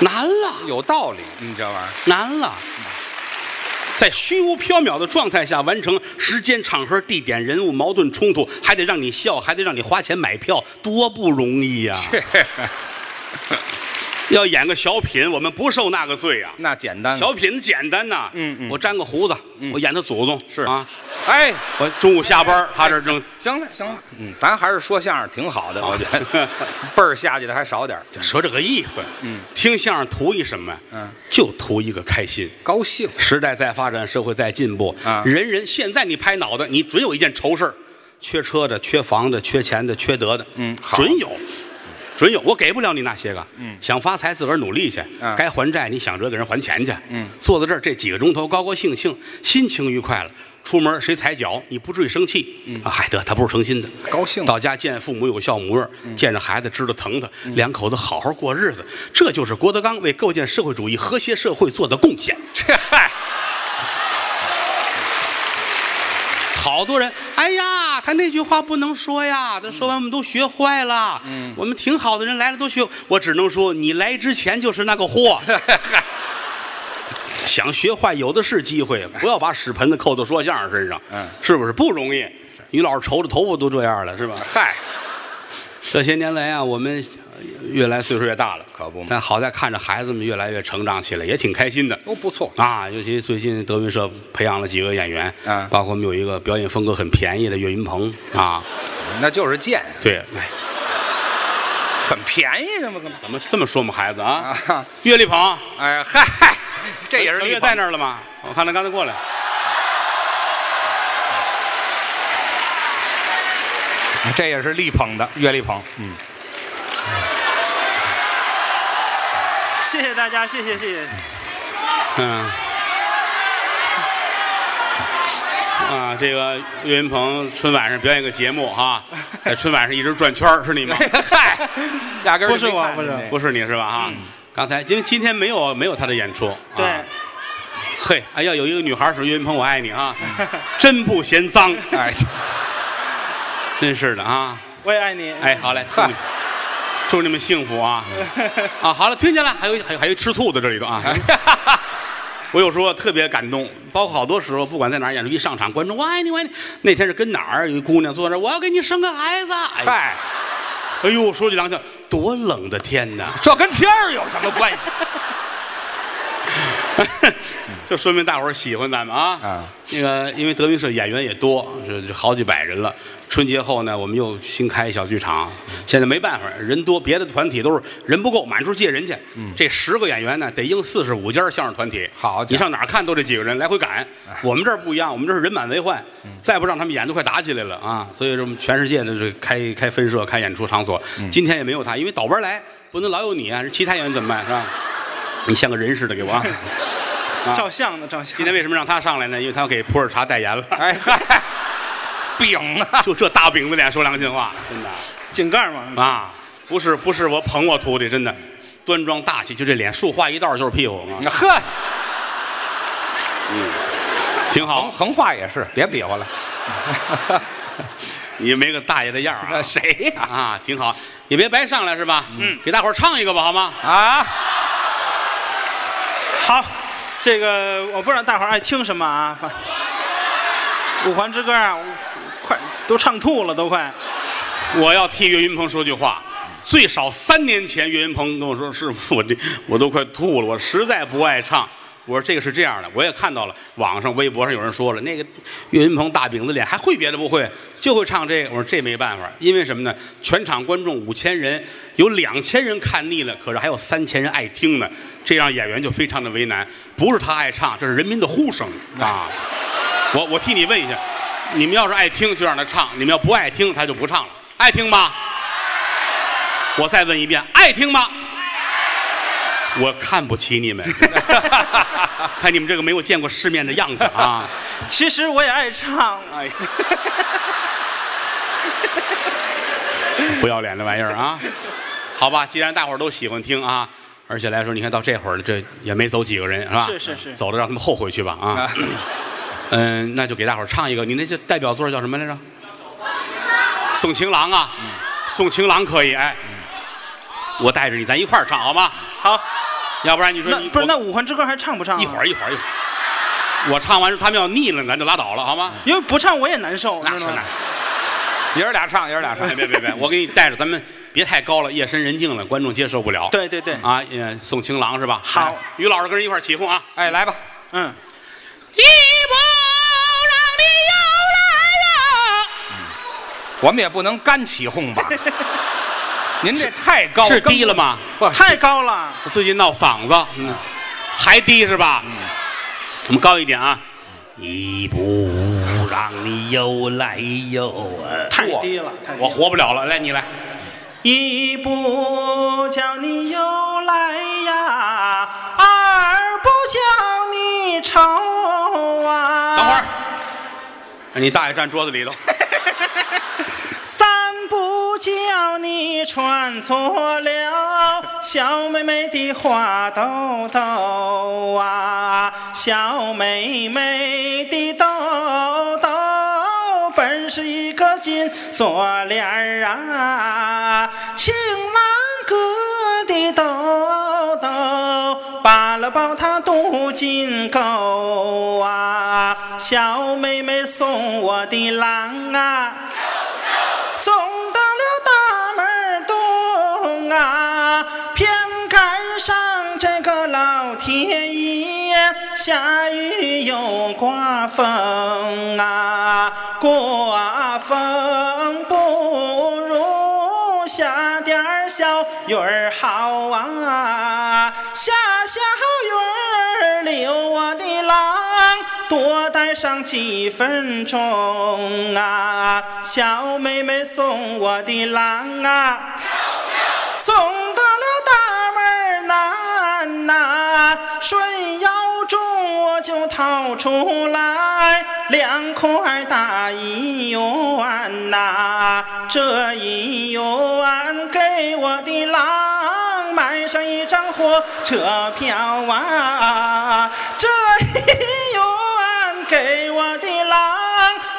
难了，有道理，你这玩意儿，难了。在虚无缥缈的状态下完成时间、场合、地点、人物矛盾冲突，还得让你笑，还得让你花钱买票，多不容易呀、要演个小品，我们不受那个罪呀、啊那简单了。小品简单呐，嗯嗯我粘个胡子，我演他祖宗是啊。哎，我中午下班，他这正行了行了，嗯，咱还是说相声挺好的，我觉 得倍儿下去的还少点儿，说这个意思。嗯，听相声图一什么呀？嗯，就图一个开心。高兴。时代在发展，社会在进步，啊人人现在你拍脑袋，你准有一件愁事儿，缺车的、缺房的、缺钱的、缺德的，嗯好准有，准有，我给不了你那些个，嗯，想发财自个儿努力去，嗯该还债你想着给人还钱去，嗯，坐在这儿这几个钟头高高兴兴，心情愉快了。出门谁踩脚，你不至于生气。嗯啊，嗨得他不是诚心的，高兴到家见父母有孝模样，嗯见着孩子知道疼他，两口子好好过日子，这就是郭德纲为构建社会主义和谐社会做的贡献。这嗨， 好多人，哎呀，他那句话不能说呀，他说完我们都学坏了。嗯，我们挺好的人来了都学，我只能说你来之前就是那个 货。想学坏有的是机会，不要把屎盆子扣到说相声身上，嗯，是不是不容易？于老师愁的头发都这样了，是吧？嗨，这些年来啊，我们呃越来岁数越大了，可不嘛但好在看着孩子们越来越成长起来，也挺开心的。都不错。啊，尤其最近德云社培养了几个演员，嗯包括我们有一个表演风格很便宜的岳云鹏啊，那就是贱，对，哎，很便宜的嘛，干嘛？怎么这么说我们孩子啊？啊，岳立鹏，哎嗨，这也是陈立岳鹏在那儿了吗？我看他刚才过来。这也是力捧的岳力捧，嗯，谢谢大家，谢谢谢谢。啊嗯。啊，这个岳云鹏春晚上表演个节目哈、在春晚上一直转圈儿是 你吗？嗨，压根儿就不是我没看不是见我这不是你是吧？哈、刚才因为今天没有没有他的演出，对，啊嘿，哎呀，有一个女孩说岳云鹏我爱你啊， 真不嫌脏，个哎，真是的啊！我也爱你。 哎，好嘞，祝你们祝你们幸福啊！啊，好了，听见了，还有还有还有吃醋的这里头啊！我有时候特别感动，包括好多时候，不管在哪儿演出，一上场，观众我爱你，我爱你。那天是跟哪儿有一姑娘坐那儿，我要给你生个孩子。哎，嗨，哎呦，说句良心，多冷的天呐！这跟天儿有什么关系？就说明大伙儿喜欢咱们啊。啊，那个因为德云社演员也多，这这好几百人了。春节后呢，我们又新开一小剧场，现在没办法，人多，别的团体都是人不够，满处借人去。这十个演员呢，得应四十五家相声团体。嗯好家伙哎你上哪儿看都这几个人来回赶。我们这儿不一样，我们这儿是人满为患，嗯再不让他们演都快打起来了啊！所以说，我们全世界的这开开分社、开演出场所，嗯今天也没有他，因为倒班来，不能老有你啊，其他演员怎么办是吧？你像个人似的给我啊！照相呢，照相。今天为什么让他上来呢？因为他要给普洱茶代言了。 哎嗨，饼啊，就这大饼子脸说良心话，真的井盖嘛，啊， 不是不是我捧我徒弟，真的端庄大气，就这脸竖画一道就是屁股啊，呵，挺横好。 横话也是，别比划了。你没个大爷的样儿 那啊谁呀？啊，挺好，也别白上来是吧？嗯，给大伙儿唱一个吧，好吗？啊，好，这个我不知道大伙儿爱听什么啊。反五环之歌啊，我快都唱吐了，都快。我要替岳云鹏说句话。最少三年前，岳云鹏跟我说：“师傅，我这 我都快吐了，我实在不爱唱。”我说：“这个是这样的，我也看到了，网上、微博上有人说了，那个岳云鹏大饼子脸还会别的不会，就会唱这个。”我说：“这没办法，因为什么呢？全场观众五千人，有两千人看腻了，可是还有三千人爱听呢，这让演员就非常的为难。不是他爱唱，这是人民的呼声啊！我我替你问一下，你们要是爱听就让他唱，你们要不爱听他就不唱了，爱听吗？我再问一遍，爱听吗？我看不起你们， 看你们这个没有见过世面的样子啊！其实我也爱唱，哎，不要脸的玩意儿啊！好吧，既然大伙儿都喜欢听啊，而且来说，你看到这会儿了，这也没走几个人是吧？是是是走了让他们后悔去吧啊！嗯，那就给大伙儿唱一个，你那叫代表作叫什么来着？送情郎啊，送情郎可以，哎，我带着你，咱一块儿唱好吗？好，要不然你说那你不是我那五环之歌还唱不唱、啊？一会儿一会儿一会儿，我唱完之后他们要腻了，咱就拉倒了好吗？因为不唱我也难受，那知是道吗那是，爷儿俩唱，爷儿俩唱哎，别别别，我给你带着，咱们别太高了，夜深人静了，观众接受不了。对对对，啊，也送情郎是吧？好哎，于老师跟人一块儿起哄啊！ 哎，来吧，嗯，一波浪的又来了。我们也不能干起 哄吧？您这太高，是根本低了吗？不，太高了，我最近闹嗓子，嗯，还低是吧？嗯，我们高一点啊。一步让你又来又啊，太低了，太低我了。活不了了。来，你来，一不叫你又来呀，二不叫你愁啊。等会儿，啊你大爷站桌子里头。三不叫你穿错了小妹妹的花兜兜啊，小妹妹的兜兜本是一个金锁链儿啊，情郎哥的兜兜扒了包它镀金钩啊，小妹妹送我的郎啊。送到了大门儿东啊，偏赶上这个老天爷下雨又刮风啊，刮风不如下点儿小雨儿好啊，下小雨儿留我的郎。多待上几分钟啊，小妹妹送我的郎啊，送到了大门南呐、顺腰中我就掏出来两块大银元呐、这一元给我的郎买上一张火车票啊，这一元给我的郎。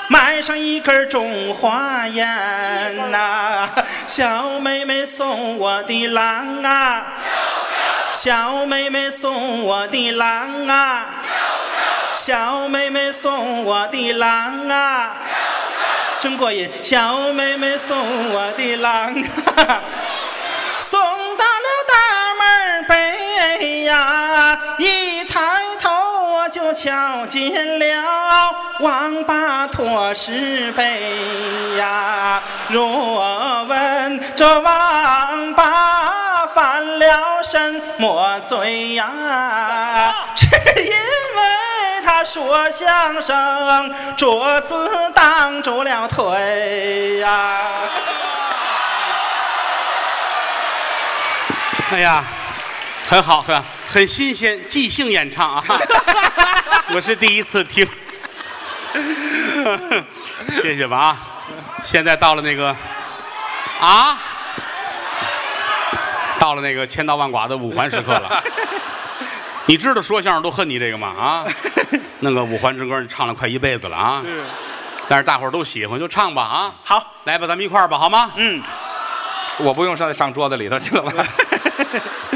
买上一根中华烟呐、小妹妹送我的郎啊，小妹妹送我的郎啊，小妹妹送我的郎啊，真过瘾！小妹妹送我的 郎啊，送到了大门北呀，一抬头我就瞧见了王八驮石碑呀。若问这王八犯了什么罪呀？只因为他说相声，桌子挡住了腿呀。哎呀，很好，很好很新鲜，即兴演 唱啊！我是第一次听， 谢谢吧啊！现在到了那个啊，到了那个千刀万剐的五环时刻 了。你知道说相声都恨你这个吗？啊，那个五环之歌你唱了快一辈子了啊，但是大伙儿都喜欢，就唱吧啊！好，来吧，咱们一块儿吧，好吗？嗯，我不用上上桌子里头去了 吧？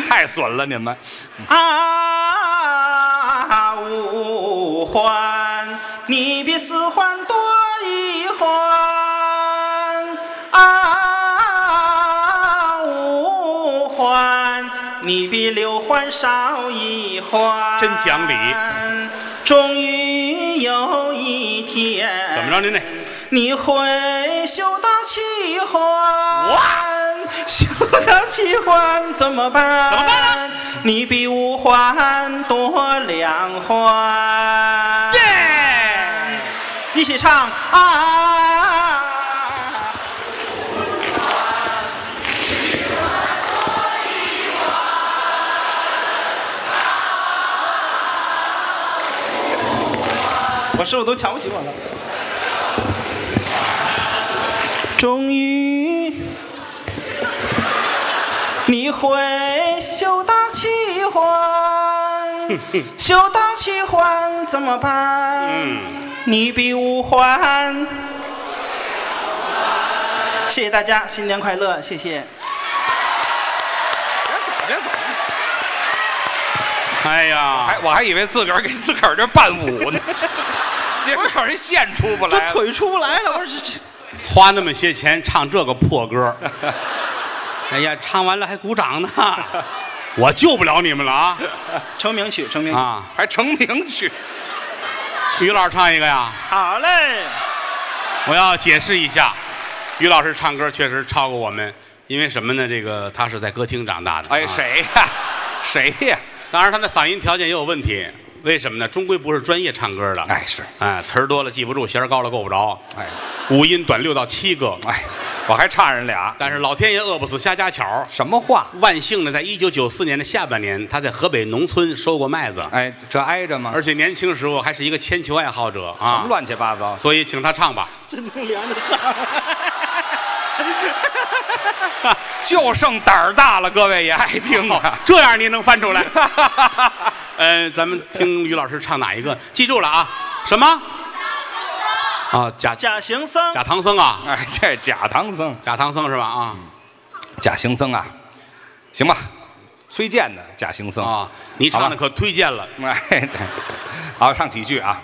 太损了你们！啊，五环，你比四环多一环。啊，五环，你比六环少一环。真讲理。终于有一天，怎么着您那？你会修到七环，修到七环怎么办？怎么办你比五环多两环。耶！一起唱啊！我师傅都瞧不起我了。终于，你会修到七环，修到七环怎么办？嗯你比五环。谢谢大家，新年快乐，谢谢。别走，别走！哎呀，哎，我还以为自个儿给自个儿这伴 舞呢，结果让人线出不这来了。腿出不来了，我说这花那么些钱唱这个破歌， 哎呀，唱完了还鼓掌呢， 我救不了你们了啊这成名曲，成名 曲。啊！还成名曲，于老师唱一个呀，好嘞，我要解释一下，于老师唱歌确实超过我们，因为什么呢？这个他是在歌厅长大的，哎，啊谁呀、谁呀、当然，他的嗓音条件也有问题，为什么呢？终归不是专业唱歌的。哎，是，哎，词儿多了记不住，弦儿高了够不着，哎，五音短六到七个。哎，我还差人俩。但是老天爷饿不死瞎家巧儿，什么话？万幸呢，在一九九四年的下半年，他在河北农村收过麦子，哎，这挨着吗？而且年轻时候还是一个铅球爱好者什么啊。乱七八糟？所以请他唱吧，真能连得上。就剩胆儿大了，各位也爱听啊。这样您能翻出来。嗯，咱们听于老师唱哪一个？记住了啊，什么？啊，贾贾假行僧，贾唐僧啊， 哎，这假唐僧，贾唐僧是吧？啊假行僧啊，行吧，崔健的假行僧。啊，你唱好的吧可推荐了。哎，对，好，唱几句啊。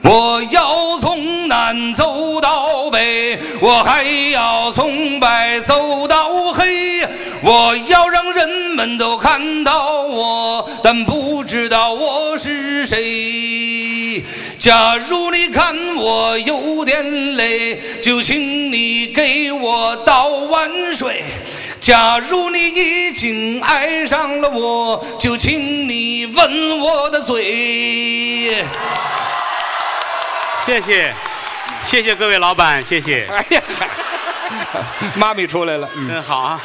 我要从南走到北，我还要从白走到黑。我要让人们都看到我，但不知道我是谁。假如你看我有点累，就请你给我倒碗水。假如你已经爱上了我，就请你吻我的嘴。谢谢，谢谢各位老板，谢谢，哎呀， 妈咪出来了，嗯，真好 啊！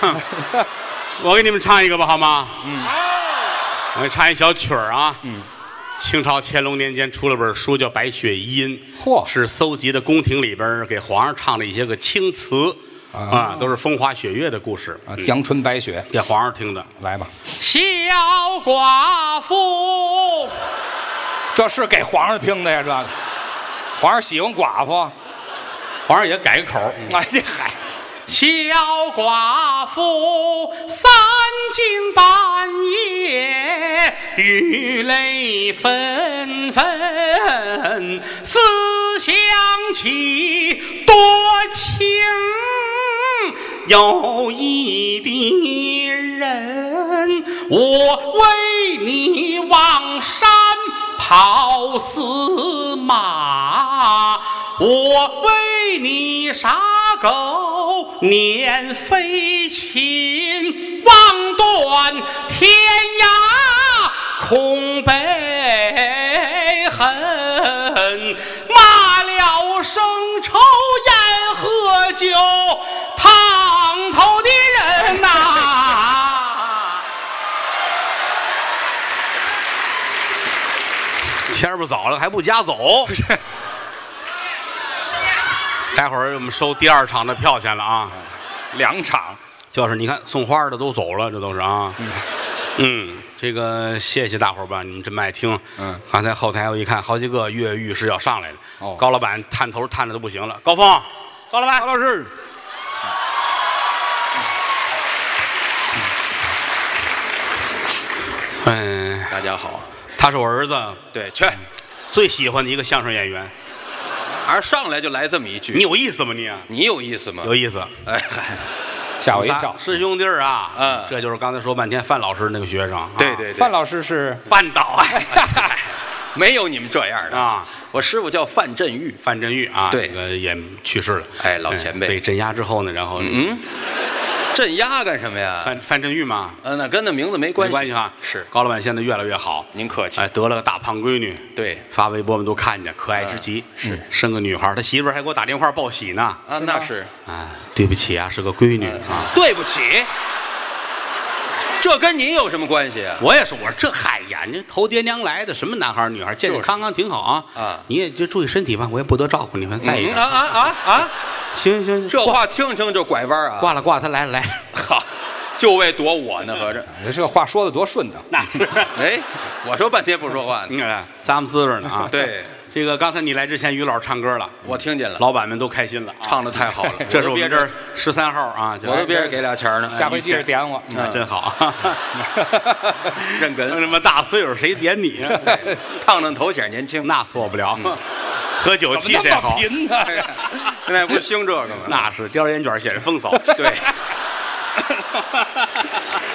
我给你们唱一个吧，好吗？嗯，我给唱一小曲儿啊。嗯，清朝乾隆年间出了本书叫《白雪遗音》，嚯是搜集的宫廷里边儿给皇上唱的一些个清词啊，都是风花雪月的故事，啊嗯阳春白雪，给皇上听的。来吧，小寡妇，这是给皇上听的呀，这个皇上喜欢寡妇，皇上也改个口儿。嗯哎呀嗨，小寡妇三更半夜，雨泪纷纷，思想起多情有意的人，我为你往山跑死马，我为你杀狗撵飞禽，望断天涯空悲恨，骂了声抽烟喝酒烫头的人呐、天儿不早了，还不家走？待会儿我们收第二场的票钱了啊！两场，就是你看送花的都走了，这都是啊。嗯，这个谢谢大伙儿吧，你们这么爱听。嗯，刚才后台我一看，好几个越狱是要上来的。哦高老板探头探的都不行了。高峰，高老板，高老师，嗯，大家好，他是我儿子对，去，最喜欢的一个相声演员。而上来就来这么一句，你有意思吗你？啊你有意思吗？有意思，哎嗨，啊吓我一仨跳。师兄弟儿啊，嗯这就是刚才说半天范老师那个学生啊。对对范对，老师是范导 啊，没有你们这样的啊！我师傅叫范振玉，范振钰啊，对这个也去世了。嗯哎老前辈被镇压之后呢，然后嗯，镇压干什么啊呀？范范振钰嘛，嗯，那跟那名字没没关系，关系哈。是，高老板现在越来越好，您客气哎，，得了个大胖闺女，对发微博我们都看见，可爱之极。是，生个女孩儿，他媳妇儿还给我打电话报喜呢。啊，那是啊，对不起啊，是个闺女啊。对不起，这跟您有什么关系啊？我也是，我说这嗨呀，你头爹娘来的，什么男孩儿女孩儿，健健康康挺好啊。啊你也就注意身体吧，我也不多照顾你，反正在一嗯个。啊啊啊啊！行行，行这话听听就拐弯啊！挂了挂了，他来了来了。好， 就为躲我呢，合着。这话说的多顺当，嗯那是，哎，我说半天不说话呢， 你看咂么滋味呢啊？ 对，这个刚才你来之前，于老师唱歌了，我听见了，老板们都开心了啊，，唱的太好了 这是我别们这儿十三号啊，我都憋着给俩钱呢。哎哎下回记着点我。啊那真好，嗯 认都哏， 这么大岁数谁点 你啊？烫烫头显年轻。那错不了，嗯喝酒气这怎么那么好，贫呢？ 现在不兴这个吗？那是叼着烟卷显着风骚，嗯 对，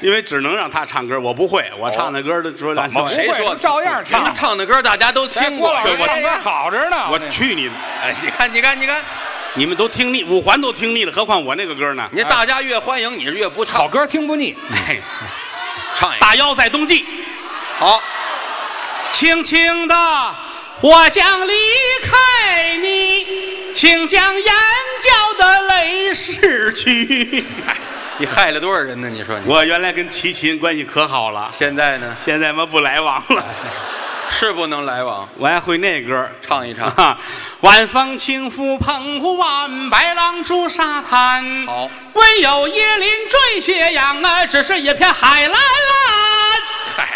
因为只能让他唱歌，我不会，我唱的歌都说咱么谁不会说照样唱人家唱的歌大家都听哎郭过。老师对我唱歌好着呢，我去你的！哎，你看，你看，你看，你们都听腻，五环都听腻了，何况我那个歌呢？你看大家越欢迎，你是越不唱啊好。歌听不腻。哎唱一个大腰在冬季，好，轻轻的，我将离开你，请将眼角的泪拭去。哎你害了多少人呢？你说你我原来跟齐秦关系可好了，现在呢？现在嘛不来往了，是不能来往，我还会那歌儿。唱一唱。啊， 晚风轻拂澎湖湾，白浪逐沙滩。好唯有椰林缀斜阳啊，只是一片海蓝蓝。嗨，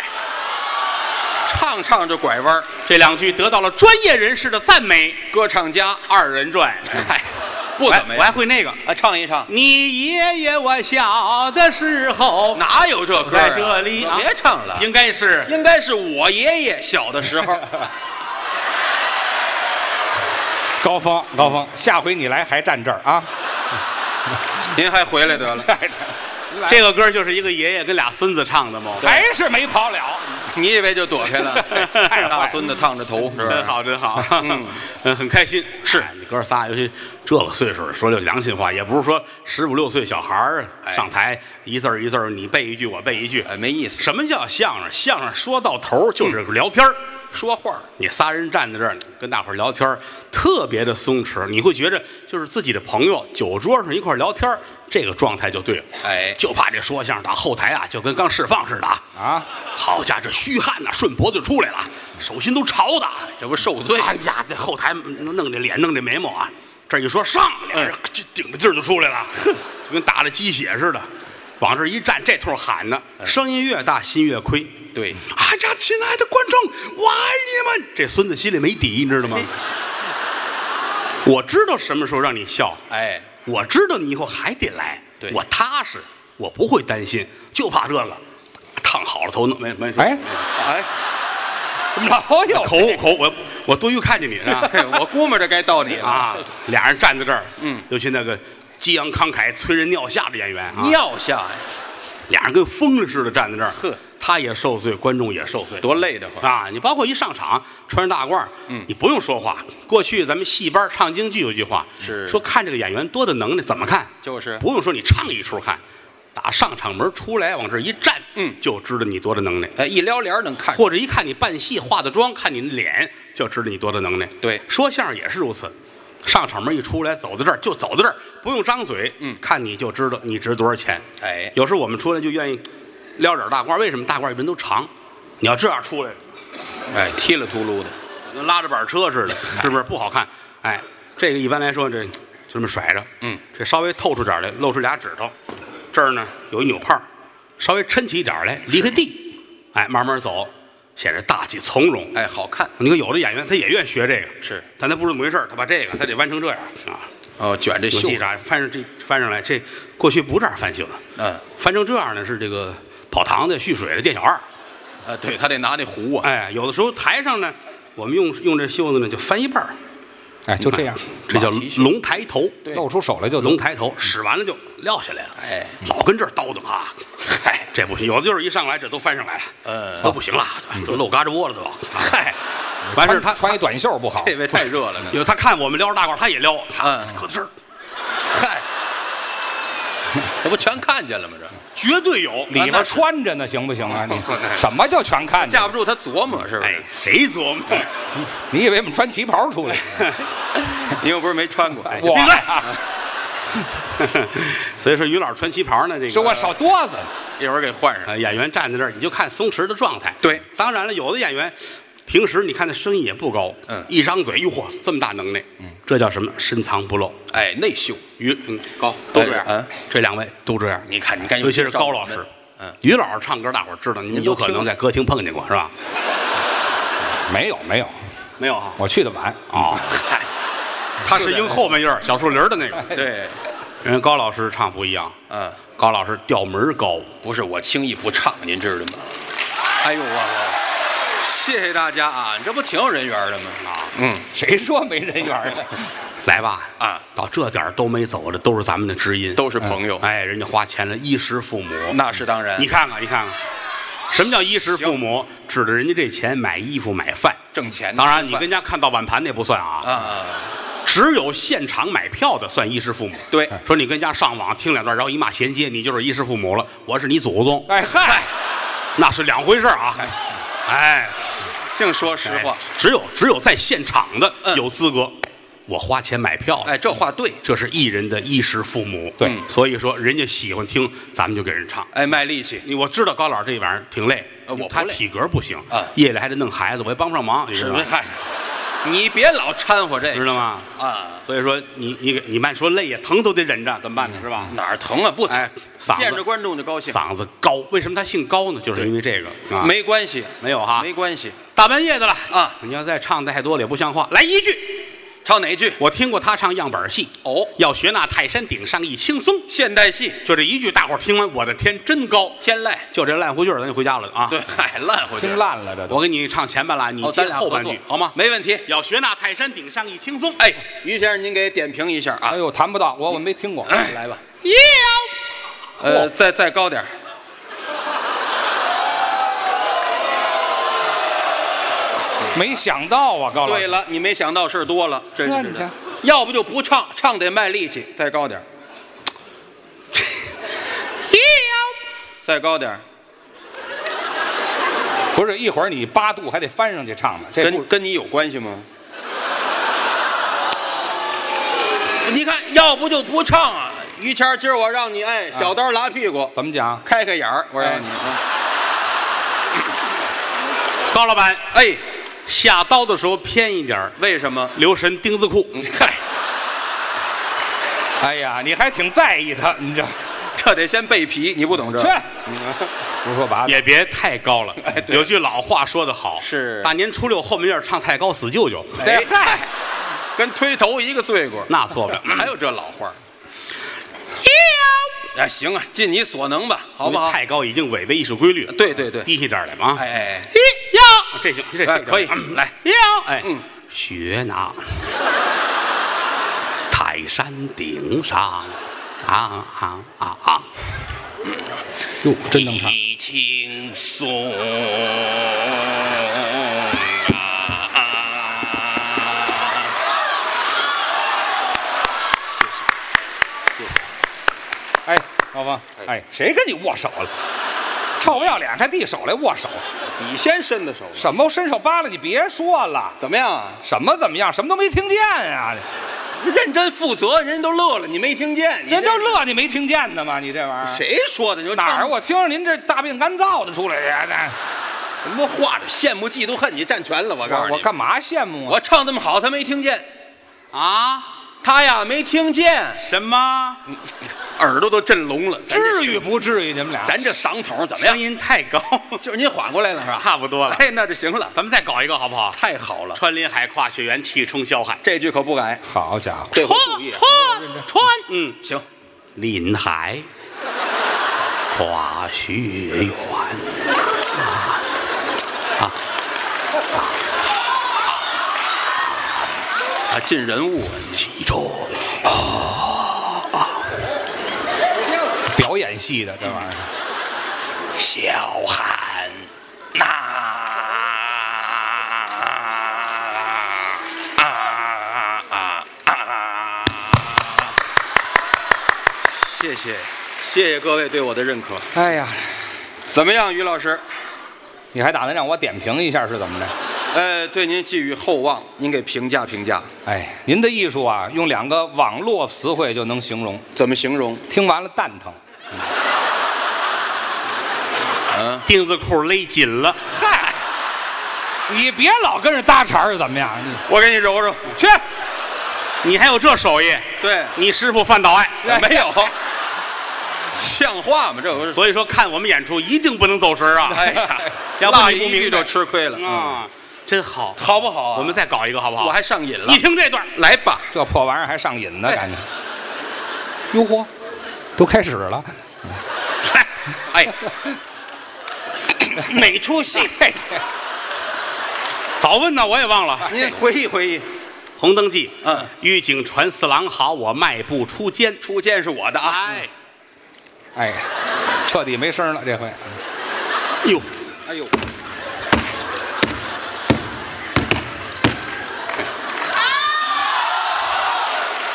唱唱就拐弯儿，这两句得到了专业人士的赞美。歌唱家，二人转，哎嗨，不怎么我还样。会那个。啊，唱一唱，你爷爷我小的时候哪有这歌、啊？在这里啊，别唱了。应该是应该是我爷爷小的时候，高峰，高峰，下回你来还站这儿啊？ 您还回来得了。 这个歌就是一个爷爷跟俩孙子唱的嘛。 还是没跑了。你以为就躲开 了？太坏了大孙子烫着头，是真吧？好，真 好，嗯嗯，很开心。是你哥仨，尤其这个岁数，说句良心话，也不是说十五六岁小孩儿哎上台一字儿一字儿，你背一句我背一句。哎，没意思，什么叫相声？相声说到头儿就是聊天儿。说话儿你仨人站在这儿跟大伙儿聊天儿，特别的松弛，你会觉着就是自己的朋友，酒桌上一块儿聊天儿，这个状态就对了。哎就怕这说相声打后台啊，就跟刚释放似的啊。啊，好家伙，这虚汗呐、顺脖子就出来了，手心都潮的。这不受罪？啊哎呀，这后台弄这脸，弄这眉毛啊，这一说上，俩嗯人就顶着劲儿就出来了，就跟打了鸡血似的，往这儿一站，这通喊呢，嗯声音越大心越亏。对，哎呀，亲爱的观众，我爱你们！这孙子心里没底，你知道吗？我知道什么时候让你笑，哎，我知道你以后还得来，对我踏实，我不会担心，就怕这个，烫好了头，弄没没事。哎哎，哎老有口误口误，我我多余看见你是吧？嘿哎我估摸着该到你了。啊，俩人站在这儿，嗯，尤其那个激昂慷慨、催人尿下的演员啊，尿下呀，俩人跟疯了似的站在这儿，呵，他也受罪，观众也受罪，多累得慌。啊！你包括一上场穿着大褂，嗯，你不用说话。过去咱们戏班唱京剧有句话是说看这个演员多大能耐，怎么看？就是不用说你唱一出看，打上场门出来往这儿一站，嗯就知道你多大能耐。哎，一撩帘儿能看出或者一看你扮戏化的妆，看你的脸就知道你多大能耐。对说相声也是如此，上场门一出来，走到这儿就走到这儿，不用张嘴，嗯，看你就知道你值多少钱。哎有时候我们出来就愿意撩点大褂，为什么大褂一般都长？你要这样出来，哎，踢了秃噜的，跟拉着板车 似的，是不是不好看？哎，这个一般来说这就这么甩着，嗯，这稍微透出点来，露出俩指头，这儿呢有一纽泡，稍微抻起一点来，离开地，哎，慢慢走，显得大气从容。哎，好看你看有的演员他也愿意学这个，是，但他不是那么回事儿他把这个他得弯成这样啊。哦，卷这我袖记子，着啊翻上这翻上来，这过去不这样翻袖子，嗯，翻成这样呢是这个跑堂的、蓄水的、店小二。啊，对他得拿那壶啊，哎，有的时候台上呢，我们用用这袖子呢就翻一半儿啊哎，就这样，这叫马蹄袖龙抬头。对露出手来就龙能。抬头，使完了就撂下来了。哎，老跟这儿叨叨啊，嗨，这不行。有的就是一上来这都翻上来了，嗯都不行了，都露嘎吱窝了都。嗨，完事儿他穿一短袖不好，这位太热 了呢。有他看我们撩着大褂，他也撩，嗯咯吱声儿嗨， 这不全看见了吗？这绝对有里那边是穿着呢，行不行 啊？你什么叫全看见架？不住他琢磨是不哎是？，谁琢磨？你以为我们穿旗袍出来？ 你又不是没穿 过，哎闭我嘴！啊所以说，于老师穿旗袍呢，这个 就我少哆嗦。哎一会儿给换上。呃演员站在这儿，你就看松弛的状态。对，当然了，有的演员平时你看他声音也不高，嗯一张嘴，哟嚯，这么大能耐，嗯，这叫什么？深藏不露。哎，内秀，于嗯高都都这这样样，这两位都这样。你看，你看，尤其是高老师，嗯，于老师唱歌，大伙儿知道，您有可能在歌厅碰见过，是吧？没有没有，没有哈，我去的晚啊。嗨，他是应后半叶儿小树林儿的那个。对， 人高老师唱不一样，嗯，高老师调门儿高，不是我轻易不唱，您知道吗？哎呦我我，谢谢大家啊，这不挺有人缘的吗？啊，嗯，谁说没人缘儿的？来吧啊，到这点儿都没走的，都是咱们的知音，都是朋友，哎，人家花钱了，衣食父母。那是当然你，看看，你看看，什么叫衣食父母？指着人家这钱买衣服、买饭。挣钱的当然，你饭跟家看盗版盘那不算啊，啊啊，只有现场买票的算衣食父母。对，说你跟家上网听两段，然后一骂衔接，你就是衣食父母了。我是你祖宗，哎嗨，那是两回事儿啊。哎，净说实话哎，只有只有在现场的嗯有资格，我花钱买票。哎，，这话对，这是艺人的衣食父母。对嗯所以说人家喜欢听，咱们就给人唱。哎，卖力气，你我知道高老师这玩意儿挺累，呃我不他累体格不行啊夜里还得弄孩子，我也帮不上忙，你知是道不是？吗？嗨，你别老掺和这知个道吗？啊，所以说你你给你慢说累呀，疼都得忍着，怎么办呢？是吧？哪儿疼啊？不疼哎，嗓子嗯见着观众就高兴，嗓子高，为什么他姓高呢？就是因为这个啊，没关系，没有哈没，关系。大半夜的了啊你要再唱太多了也不像话。来一句，唱哪一句？我听过他唱样板戏，哦，要学那泰山顶上一轻松，现代戏就这一句，大伙儿听完，我的天，真高！天籁，就这烂胡句儿，咱就回家了啊。对，，嗨，烂回去听，烂了这都。我给你唱前半拉，你哦，咱接俩后合半作句，好吗？没问题。要学那泰山顶上一轻松。哎，于先生，您给点评一下啊哎。呦，谈不到我，我没听过。来吧。呃，再再高点儿没想到啊，高老对师。了，你没想到事儿多了，真呵是你瞧的。要不就不唱，唱得卖力气。再高点儿再高点儿不是一会儿你八度还得翻上去唱呢，这不跟跟你有关系吗？ 你看，要不就不唱啊。于谦儿，今儿我让你哎，啊小刀拉屁股，怎么讲？开开眼儿，我让哎你。啊高老板哎，下刀的时候偏一点儿，为什么？留神钉子裤。嗯嗨，哎呀，你还挺在意他，你这这得先背皮，你不懂这去。胡说八道。也别太高 了，有句老话说得好，哎是大年初六后门院唱太高死舅舅，哎嗨，跟推头一个罪过。那错不了。还有这老话儿。哎，行啊，尽你所能吧，好不因为好？太高已经违背艺术规律了。对对对低下点儿来吧啊！哎哎，要这行，这这哎可以嗯来要哎嗯，学呢，泰山顶上啊啊啊啊！哟，真能唱。一轻松啊！哎，老王，哎，谁跟你握手了？臭不要脸，还递手来握手？你先伸的手，什么伸手扒拉？你别说了，怎么样啊？什么怎么样？什么都没听见啊！认真负责，人都乐了，你没听见？你这就乐你没听见呢吗？你这玩意儿谁说的？你说哪儿？啊我我听着您这大病干燥的出来的，什么话？这羡慕、嫉妒、恨，你占全了。我告诉我你，我干嘛羡慕啊？我唱这么好，他没听见，啊他呀没听见，什么？耳朵都震聋了。咱这至于不至于？你们俩咱这嗓筒怎么样声？音太高，就是您缓过来了是吧？差不多了。哎，那就行了，咱们再搞一个好不好？太好了，穿林海，跨雪原，气冲霄海。这句可不改，好家伙，这回穿注意啊。穿穿，嗯，行，林海，跨雪原。啊，进人物啊，记住，表演系的这玩意儿，小喊呐啊啊啊！谢谢，谢谢各位对我的认可。哎呀，怎么样，于老师？你还打算让我点评一下是怎么着？呃，对您寄予厚望，您给评价评价，哎，您的艺术啊，用两个网络词汇就能形容，怎么形容？听完了蛋疼。钉子裤勒紧了，嗨，你别老跟人搭茬儿，怎么样？你我给你揉揉。去，你还有这手艺？对，你师傅范导爱，没有，像话吗？这 不是，所以说看我们演出一定不能走神儿啊！哎呀，要不落你不一句明就白吃亏了。啊，真好，好不好啊？我们再搞一个好不好？啊嗯我还上瘾了一，听这段，来吧，这破玩意儿还上瘾呢，感觉。哟嚯，都开始了，来，哎，哪出戏？哎早问呢我也忘了。您回忆回忆，红灯记，嗯，狱警传四郎好，我迈步出监。初见是我的啊，哎，哎，彻底没声了这回。哟，哎呦，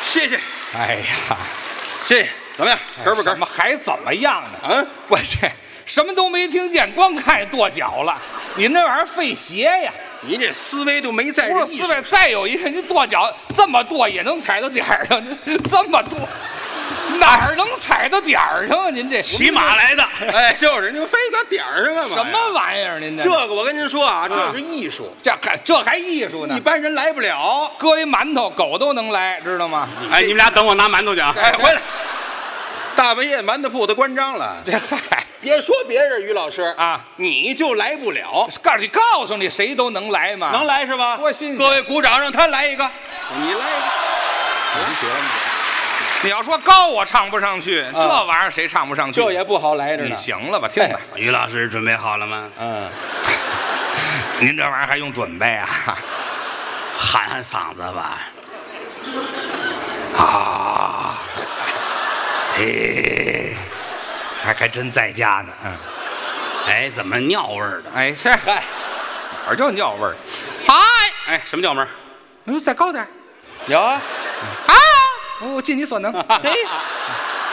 谢谢哎呀，谢谢，哎怎么样？哏不哏怎？么还怎么样呢？嗯，我这什么都没听见，光看跺脚了。你那玩意儿费鞋呀！你这思维都没在不这是意四识位，再有一个，您跺脚这么跺也能踩到点儿上， 您这么跺，哪儿能踩到点儿上啊？您这骑马来的，哎，就是你非搁点儿上干嘛呀？什么玩意儿？您这这个我跟您说啊，这是艺术，这还这还艺术呢一？般人来不了。搁一馒头，狗都能来，知道吗？哎，你们俩等我拿馒头去啊！哎，回来，大半夜馒头铺都关张了。这嗨，别说别人，于老师啊，你就来不了，告诉你，告诉你，谁都能来嘛？能来是吧？多新鲜各位鼓掌，让他来一个，你来一个。你要说高，我唱不上去，这玩意儿谁唱不上去？嗯这也不好来着你呢。行了吧？听吧，哎于老师准备好了吗？嗯，哎您这玩意儿还用准备啊？ 喊喊嗓子吧。还还真在家呢，嗯，哎，怎么尿味儿的？哎，这嗨，哪儿叫尿味儿？嗨，哎，什么尿味儿？哎呦，再高点儿有啊，啊！我尽你所 能。嘿，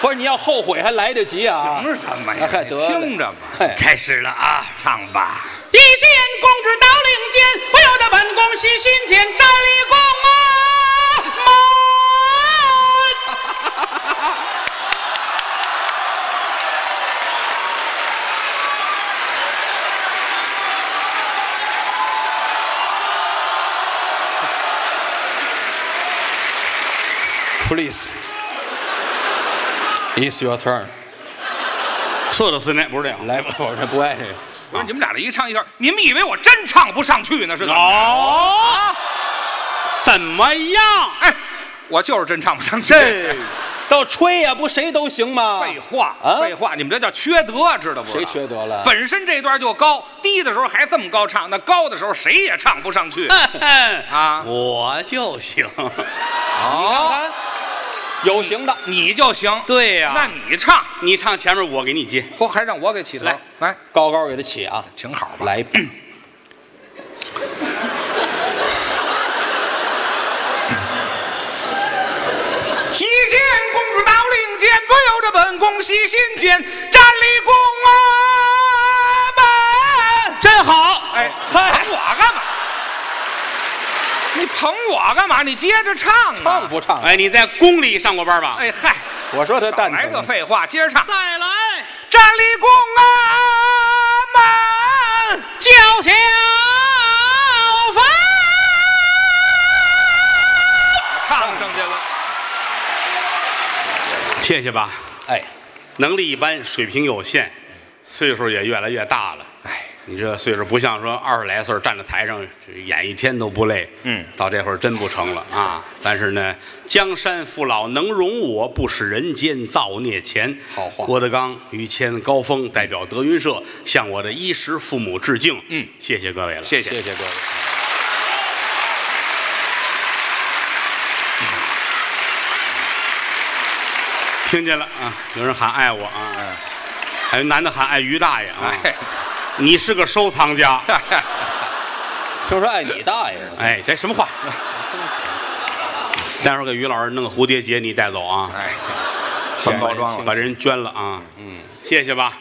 不是你要后悔还来得及啊。凭什么呀？ 哎你得了听着吧，嘿开始了啊！唱吧。一见公子到领间，不由得本宫喜心间，站立宫啊！妈，please。It's your turn。射的孙内不是这样。来吧，我这不爱这个。不是你们俩这一唱一调，你们以为我真唱不上去呢是吗？哦，怎么样？哎，我就是真唱不上去。到吹呀、不谁都行吗？废话啊，废话，你们这叫缺德，啊知道不？谁缺德了本身这段就高，低的时候还这么高唱，那高的时候谁也唱不上去。啊 我就行。哦，啊，有行的，你就行。对呀那你唱，你唱前面，我给你接。嚯，还让我给起头来，来，高高给他起啊，请好吧。来吧。 一见公主到令箭，不由得本宫喜心间，站立宫啊门。真好，哎，捧我干嘛？你捧我干嘛？你接着唱啊！唱不唱？哎，你在宫里上过班吧？哎嗨，我说他少蛋来这疼。废话，接着唱。再来站立宫啊门，叫小凡，唱上去了。谢谢吧。哎，能力一般，水平有限，岁数也越来越大了。哎，你这岁数不像说二十来岁站在台上这演一天都不累。嗯，到这会儿真不成了啊！但是呢，江山父老能容我，不使人间造孽钱。好话郭德纲、于谦、高峰代表德云社向我的衣食父母致敬。嗯，谢谢各位了。谢谢谢。谢各位。听见了啊，有人喊爱我啊，还有男的喊爱于大爷啊。哎，你是个收藏家。听说爱你大爷，哎，这什么话？待会儿给于老师弄个蝴蝶结，你带走啊！哎，全全包装了。把人捐了啊！嗯，谢谢吧。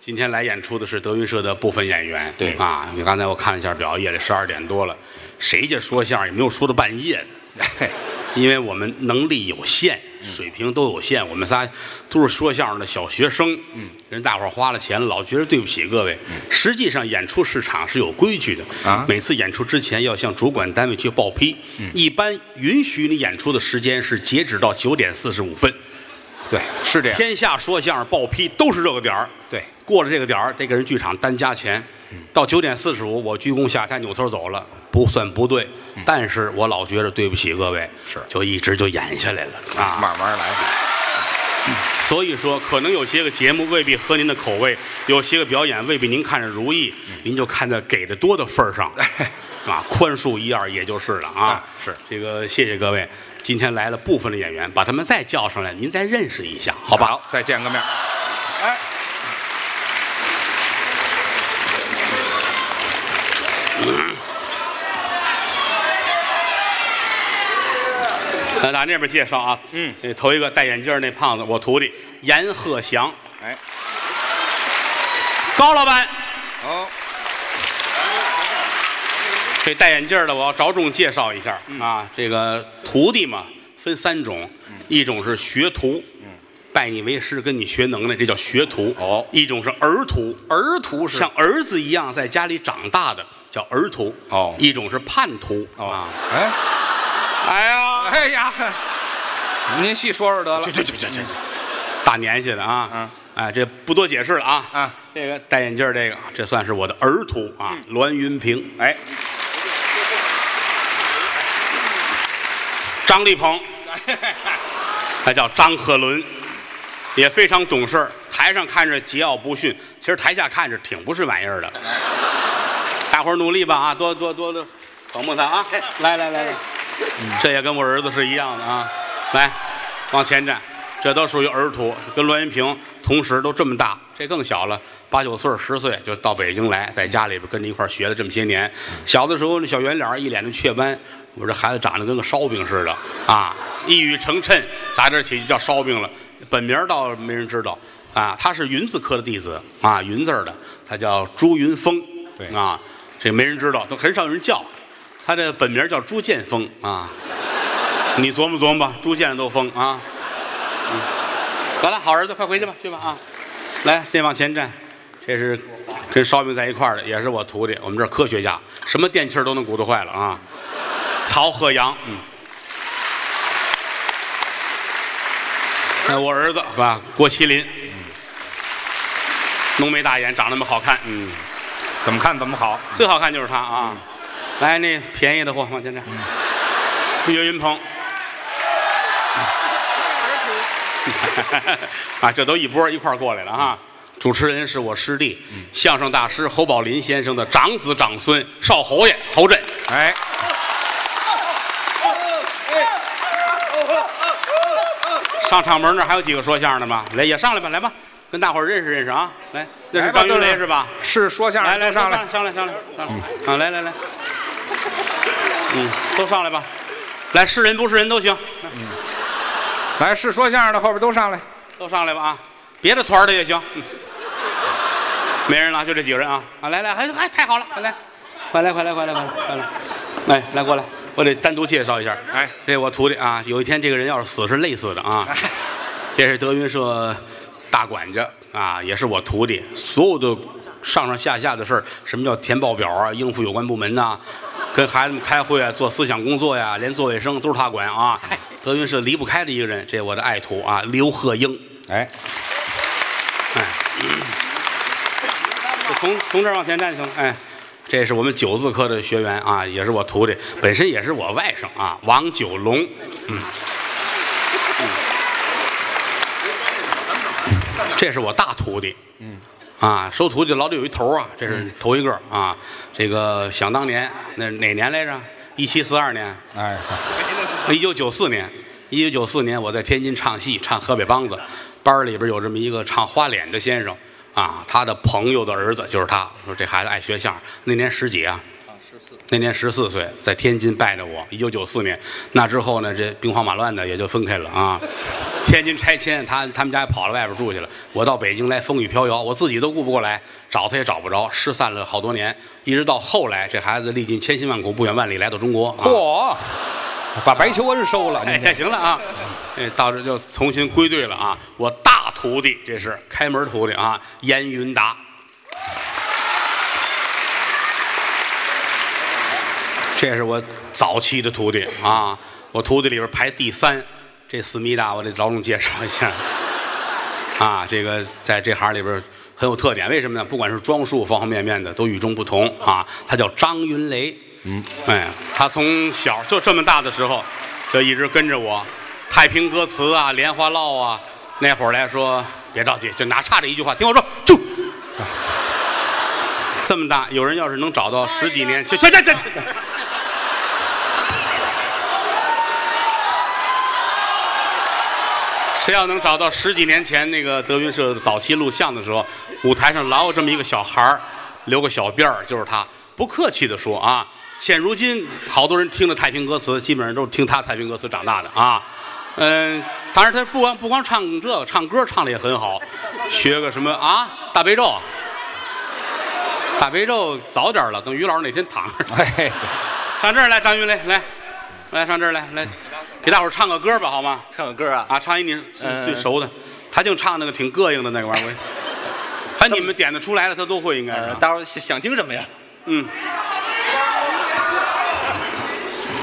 今天来演出的是德云社的部分演员，对啊，你刚才我看了一下表，夜里十二点多了，谁家说相声也没有说到半夜的，因为我们能力有限，嗯水平都有限，我们仨都是说相声的小学生，嗯，人大伙儿花了钱了，老觉得对不起各位，实际上演出市场是有规矩的嗯啊嗯每次演出之前要向主管单位去报批，一般允许你演出的时间是截止到九点四十五分，对，是这样。天下说相声报批都是这个点儿，对，过了这个点儿得给人剧场单加钱。到九点四十五，我鞠躬下台，扭头走了，不算不对，但是我老觉着对不起各位，嗯是就一直就演下来了啊。嗯慢慢来。所以说，可能有些个节目未必合您的口味，有些个表演未必您看着如意，嗯您就看在给的多的份 儿上，啊，宽恕一二也就是了啊啊。是这个，谢谢各位，今天来了部分的演员，把他们再叫上来，您再认识一下，好吧？好，再见个面儿。哎， 呃，打那边介绍啊，嗯，头一个戴眼镜儿那胖子，我徒弟严鹤祥，哎，高老板，好，这戴眼镜儿的，我要着重介绍一下、嗯啊。这个徒弟嘛，分三种，一种是学徒，拜你为师，跟你学能耐，这叫学徒。嗯哦一种是儿徒，儿徒是像儿子一样在家里长大的叫儿徒。哦一种是叛徒。哦啊，，哎，哎呀，哎呀，呵您细说说得了。这这这这，大年纪的啊，嗯，哎，这不多解释了啊。啊，这个戴眼镜儿这个，这算是我的儿徒啊，栾云平、嗯哎，张立 鹏。他叫张鹤伦，也非常懂事儿。台上看着桀骜不驯，其实台下看着挺不是玩意 儿的。大伙儿努力吧啊，多多多多捧捧他啊！来来来来，这也跟我儿子是一样的啊！来，往前站，这都属于儿徒，跟栾云平同时都这么大，这更小了。八九岁儿、十岁就到北京来，在家里边跟着一块儿学了这么些年。小的时候那小圆脸儿一脸的雀斑，我这孩子长得跟个烧饼似的啊！一语成谶，打这儿起就叫烧饼了。本名儿倒没人知道啊，他是云字科的弟子啊，云字儿的，他叫朱云峰。对啊，这没人知道，都很少有人叫。他这本名叫朱剑锋啊，你琢磨琢磨吧，朱建都疯啊。嗯，得了，好儿子，快回去吧，去吧啊。来，这往前站，这是跟烧饼在一块儿的，也是我徒弟，我们这儿科学家，什么电器儿都能鼓捣坏了啊。曹鹤阳，嗯，那哎我儿子是吧？郭麒麟，嗯浓眉大眼，长那么好看，嗯。怎么看怎么好。最好看就是他啊！来，那便宜的货往前站。岳云鹏， 啊，这都一波一块儿过来了啊！主持人是我师弟，嗯相声大师侯宝林先生的长子长孙少侯爷侯震。哎，上场门那儿还有几个说相声的吗？来，也上来吧，来吧，跟大伙儿认识认识啊！来，那是来吧张云都雷是是吧？是说相来声来的上来来，上来上来上来，啊来来来，嗯，都上来吧，来是人不是人都行，来是说相声的后边都上来。都上来吧啊，别的团儿的也行，嗯没人了，就这几个人啊啊来来，还还太好了，快来，快来快来快来快来快来，来来过来，我得单独介绍一下，哎，这我徒弟啊，有一天这个人要是死是累死的啊，这是德云社大管家啊，也是我徒弟，所有的上上下下的事儿，什么叫填报表啊，应付有关部门呐、跟孩子们开会啊，做思想工作呀、连做卫生都是他管啊。德云社离不开的一个人，这我的爱徒啊，刘鹤英。哎，就从从这儿往前站行，哎，这是我们九字科的学员啊，也是我徒弟，本身也是我外甥啊，王九龙。嗯，嗯这是我大徒弟。嗯，啊，收徒弟老得有一头啊，这是头一个啊。这个想当年，那哪年来着？一七四二年。哎，算了一九九四年，一九九四年我在天津唱戏，唱河北梆子，班儿里边有这么一个唱花脸的先生，啊，他的朋友的儿子就是他，说这孩子爱学相声，那年十几啊？那年十四岁，在天津拜着我。一九九四年，那之后呢，这兵荒马乱的也就分开了啊。天津拆迁，他他们家跑到外边住去了。我到北京来，风雨飘摇，我自己都顾不过来，找他也找不着，失散了好多年。一直到后来，这孩子历尽千辛万苦，不远万里来到中国。啊嚯，把白求恩收了。哎，您这这行了啊，哎，到这就重新归队了啊。我大徒弟，这是开门徒弟啊，严云达。这是我早期的徒弟啊，我徒弟里边排第三，这思密达我得着重介绍一下。啊，这个在这行里边很有特点。为什么呢？不管是装束方方面面的，都与众不同啊。他叫张云雷，嗯，哎，他从小就这么大的时候，就一直跟着我。太平歌词啊，莲花落啊，那会儿来说，别着急，就拿差这一句话，听我说，住。这么大，有人要是能找到十几年，去去去去，谁要能找到十几年前那个德云社早期录像的时候，舞台上老有这么一个小孩儿，留个小辫儿，就是他。不客气的说啊，现如今好多人听着太平歌词，基本上都是听他太平歌词长大的啊。嗯，当然他不光不光唱这个，唱歌唱的也很好，学个什么啊大悲咒。大悲咒早点了，等于老师哪天躺着。哎，上这儿来，张云雷，来，来上这儿来，来，给大伙儿唱个歌吧，好吗？唱个歌啊，啊，唱一你最嗯最熟的，他就唱那个挺膈应的那个玩意儿我，反正你们点的出来了，他都会应该是呃，啊。待会儿想想听什么呀？嗯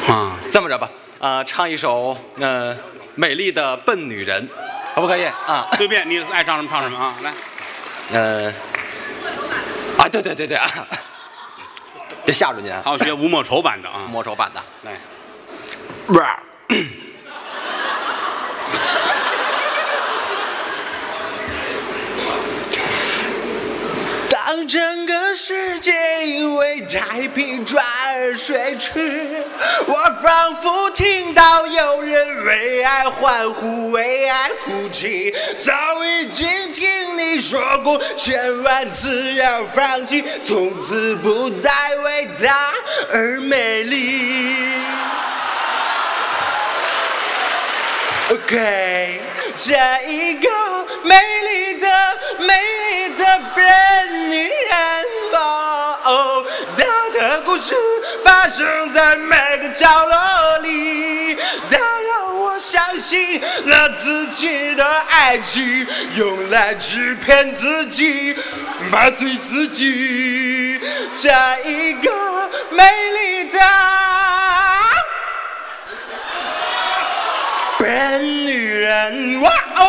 啊这么着吧，啊，唱一首呃《美丽的笨女人》，可不可以啊？随便你爱唱什么唱什么啊，来，呃，啊，对对对对啊，别吓着您啊，还有学吴莫愁版的啊，莫愁版的。来，不是。当整个世界因为太平转而睡去，我仿佛听到有人为爱欢呼，为爱哭泣。早已经听你说过千万次要放弃，从此不再伟大而美丽。给这一个美丽的、美丽的笨女人。哦哦，她的故事发生在每个角落里，它让我相信了自己的爱情，用来欺骗自己，麻醉自己。这一个美丽的。笨女人，哇哦！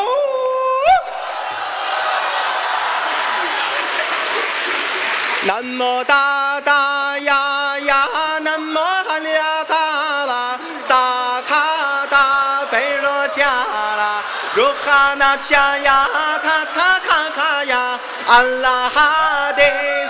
南无大大呀呀，南无汉呀达啦，萨卡达贝罗恰啦，若哈那恰呀，塔塔卡卡呀，安拉哈的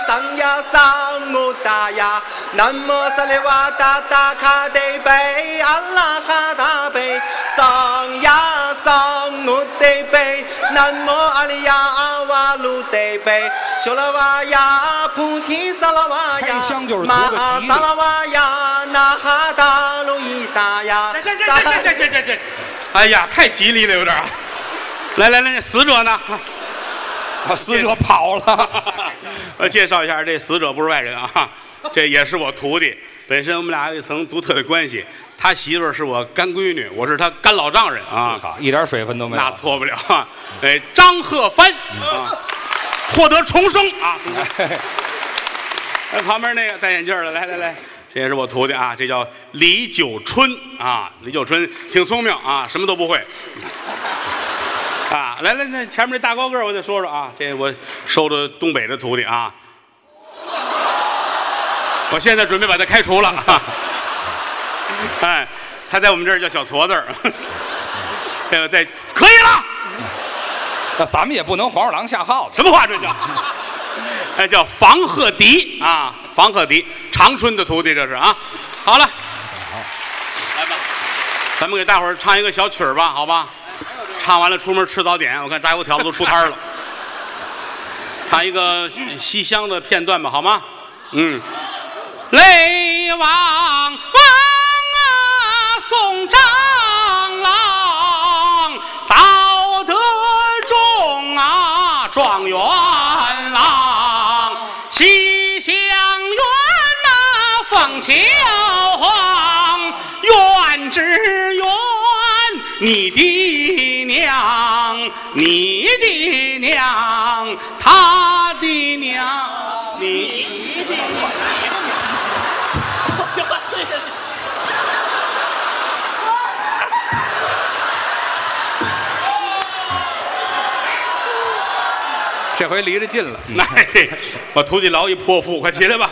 桑呀桑木达呀，南无萨利瓦达达卡的贝，安拉哈达贝，桑呀桑木的贝，南无阿里呀阿瓦鲁的贝，修拉瓦呀菩提萨拉瓦呀，开箱就是图玛个吉利萨拉瓦呀那哈达路伊达呀，哎这这这这这这这，哎呀，太吉利了，有点儿。啊来来来，那死者呢？ 把死者跑了。 呃，介绍一下，这死者不是外人啊，这也是我徒弟。本身我们俩有一层独特的关系，他媳妇儿是我干闺女，我是他干老丈人啊，嗯好，一点水分都没有那。错不了啊。哎，张鹤帆啊，获得重生 啊！哎，旁边那个戴眼镜的，来来来，这也是我徒弟啊，这叫李九春啊，李九春挺聪明啊，什么都不会。啊，来来，那前面这大高个儿我得说说啊，这我收的东北的徒弟啊， 我现在准备把他开除了。 啊、哎，他在我们这儿叫小矬子儿， 这个在可以了，那咱们也不能黄鼠狼下耗子。什么话这叫？哎，叫房鹤迪啊，房鹤迪，长春的徒弟这是啊。好了，来吧，咱们给大伙儿唱一个小曲儿吧，好吧？唱完了出门吃早点，我看炸油条子都出摊儿了。唱一个西厢的片段吧，好吗？嗯，雷王啊，宋长郎早得中啊，状元郎，西厢院呐、凤求凰，院之园，你的娘，你的娘，他的娘，你。这回离着近了。 那这我徒弟劳一泼妇，快起来吧。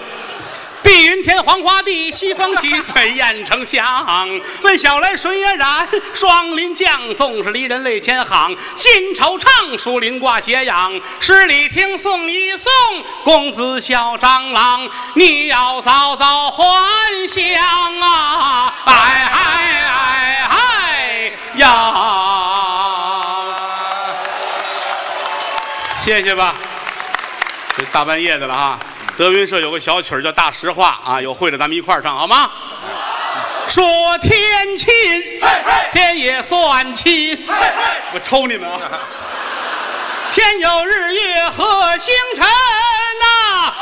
碧云天，黄花地，西风起。醉雁丞相，问小来谁也然？双林降纵是离人泪千行。新愁唱书林挂斜阳，诗里听送一送公子笑张郎。你要早早还乡啊！哎哎哎哎呀！谢谢吧。这大半夜的了哈。德云社有个小曲儿叫《大实话》啊，有会的咱们一块儿唱好吗？说天亲，天也算亲，我抽你们啊！天有日月和星辰呐、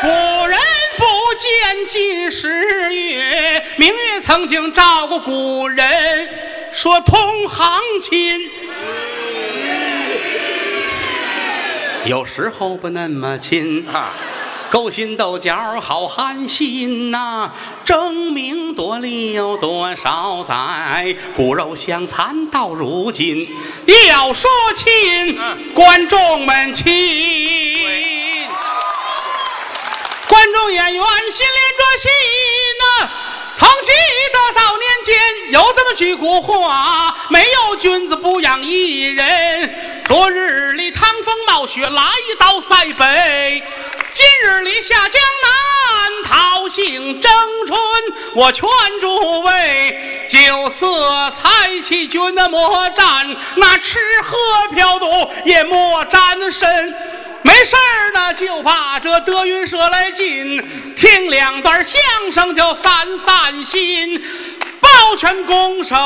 古人不见近时月，明月曾经照过古人，说同行亲。有时候不那么亲啊，勾心斗角好寒心呐、争名夺利有多少载？骨肉相残到如今，要说亲，观众们亲。观众演员心连着心呐、曾记得早年间有这么句古话：没有君子不养艺人。昨日里趟风冒雪来到塞北，今日里下江南桃杏争春。我劝诸位，酒色财气君莫沾，那吃喝嫖赌也莫沾身。没事儿呢，就把这德云社来进，听两段相声就散散心。抱拳拱手，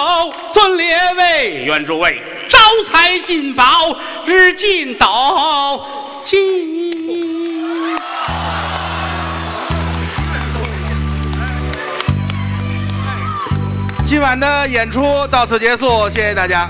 尊列位，愿诸位招财进宝，日进斗金。今晚的演出到此结束，谢谢大家。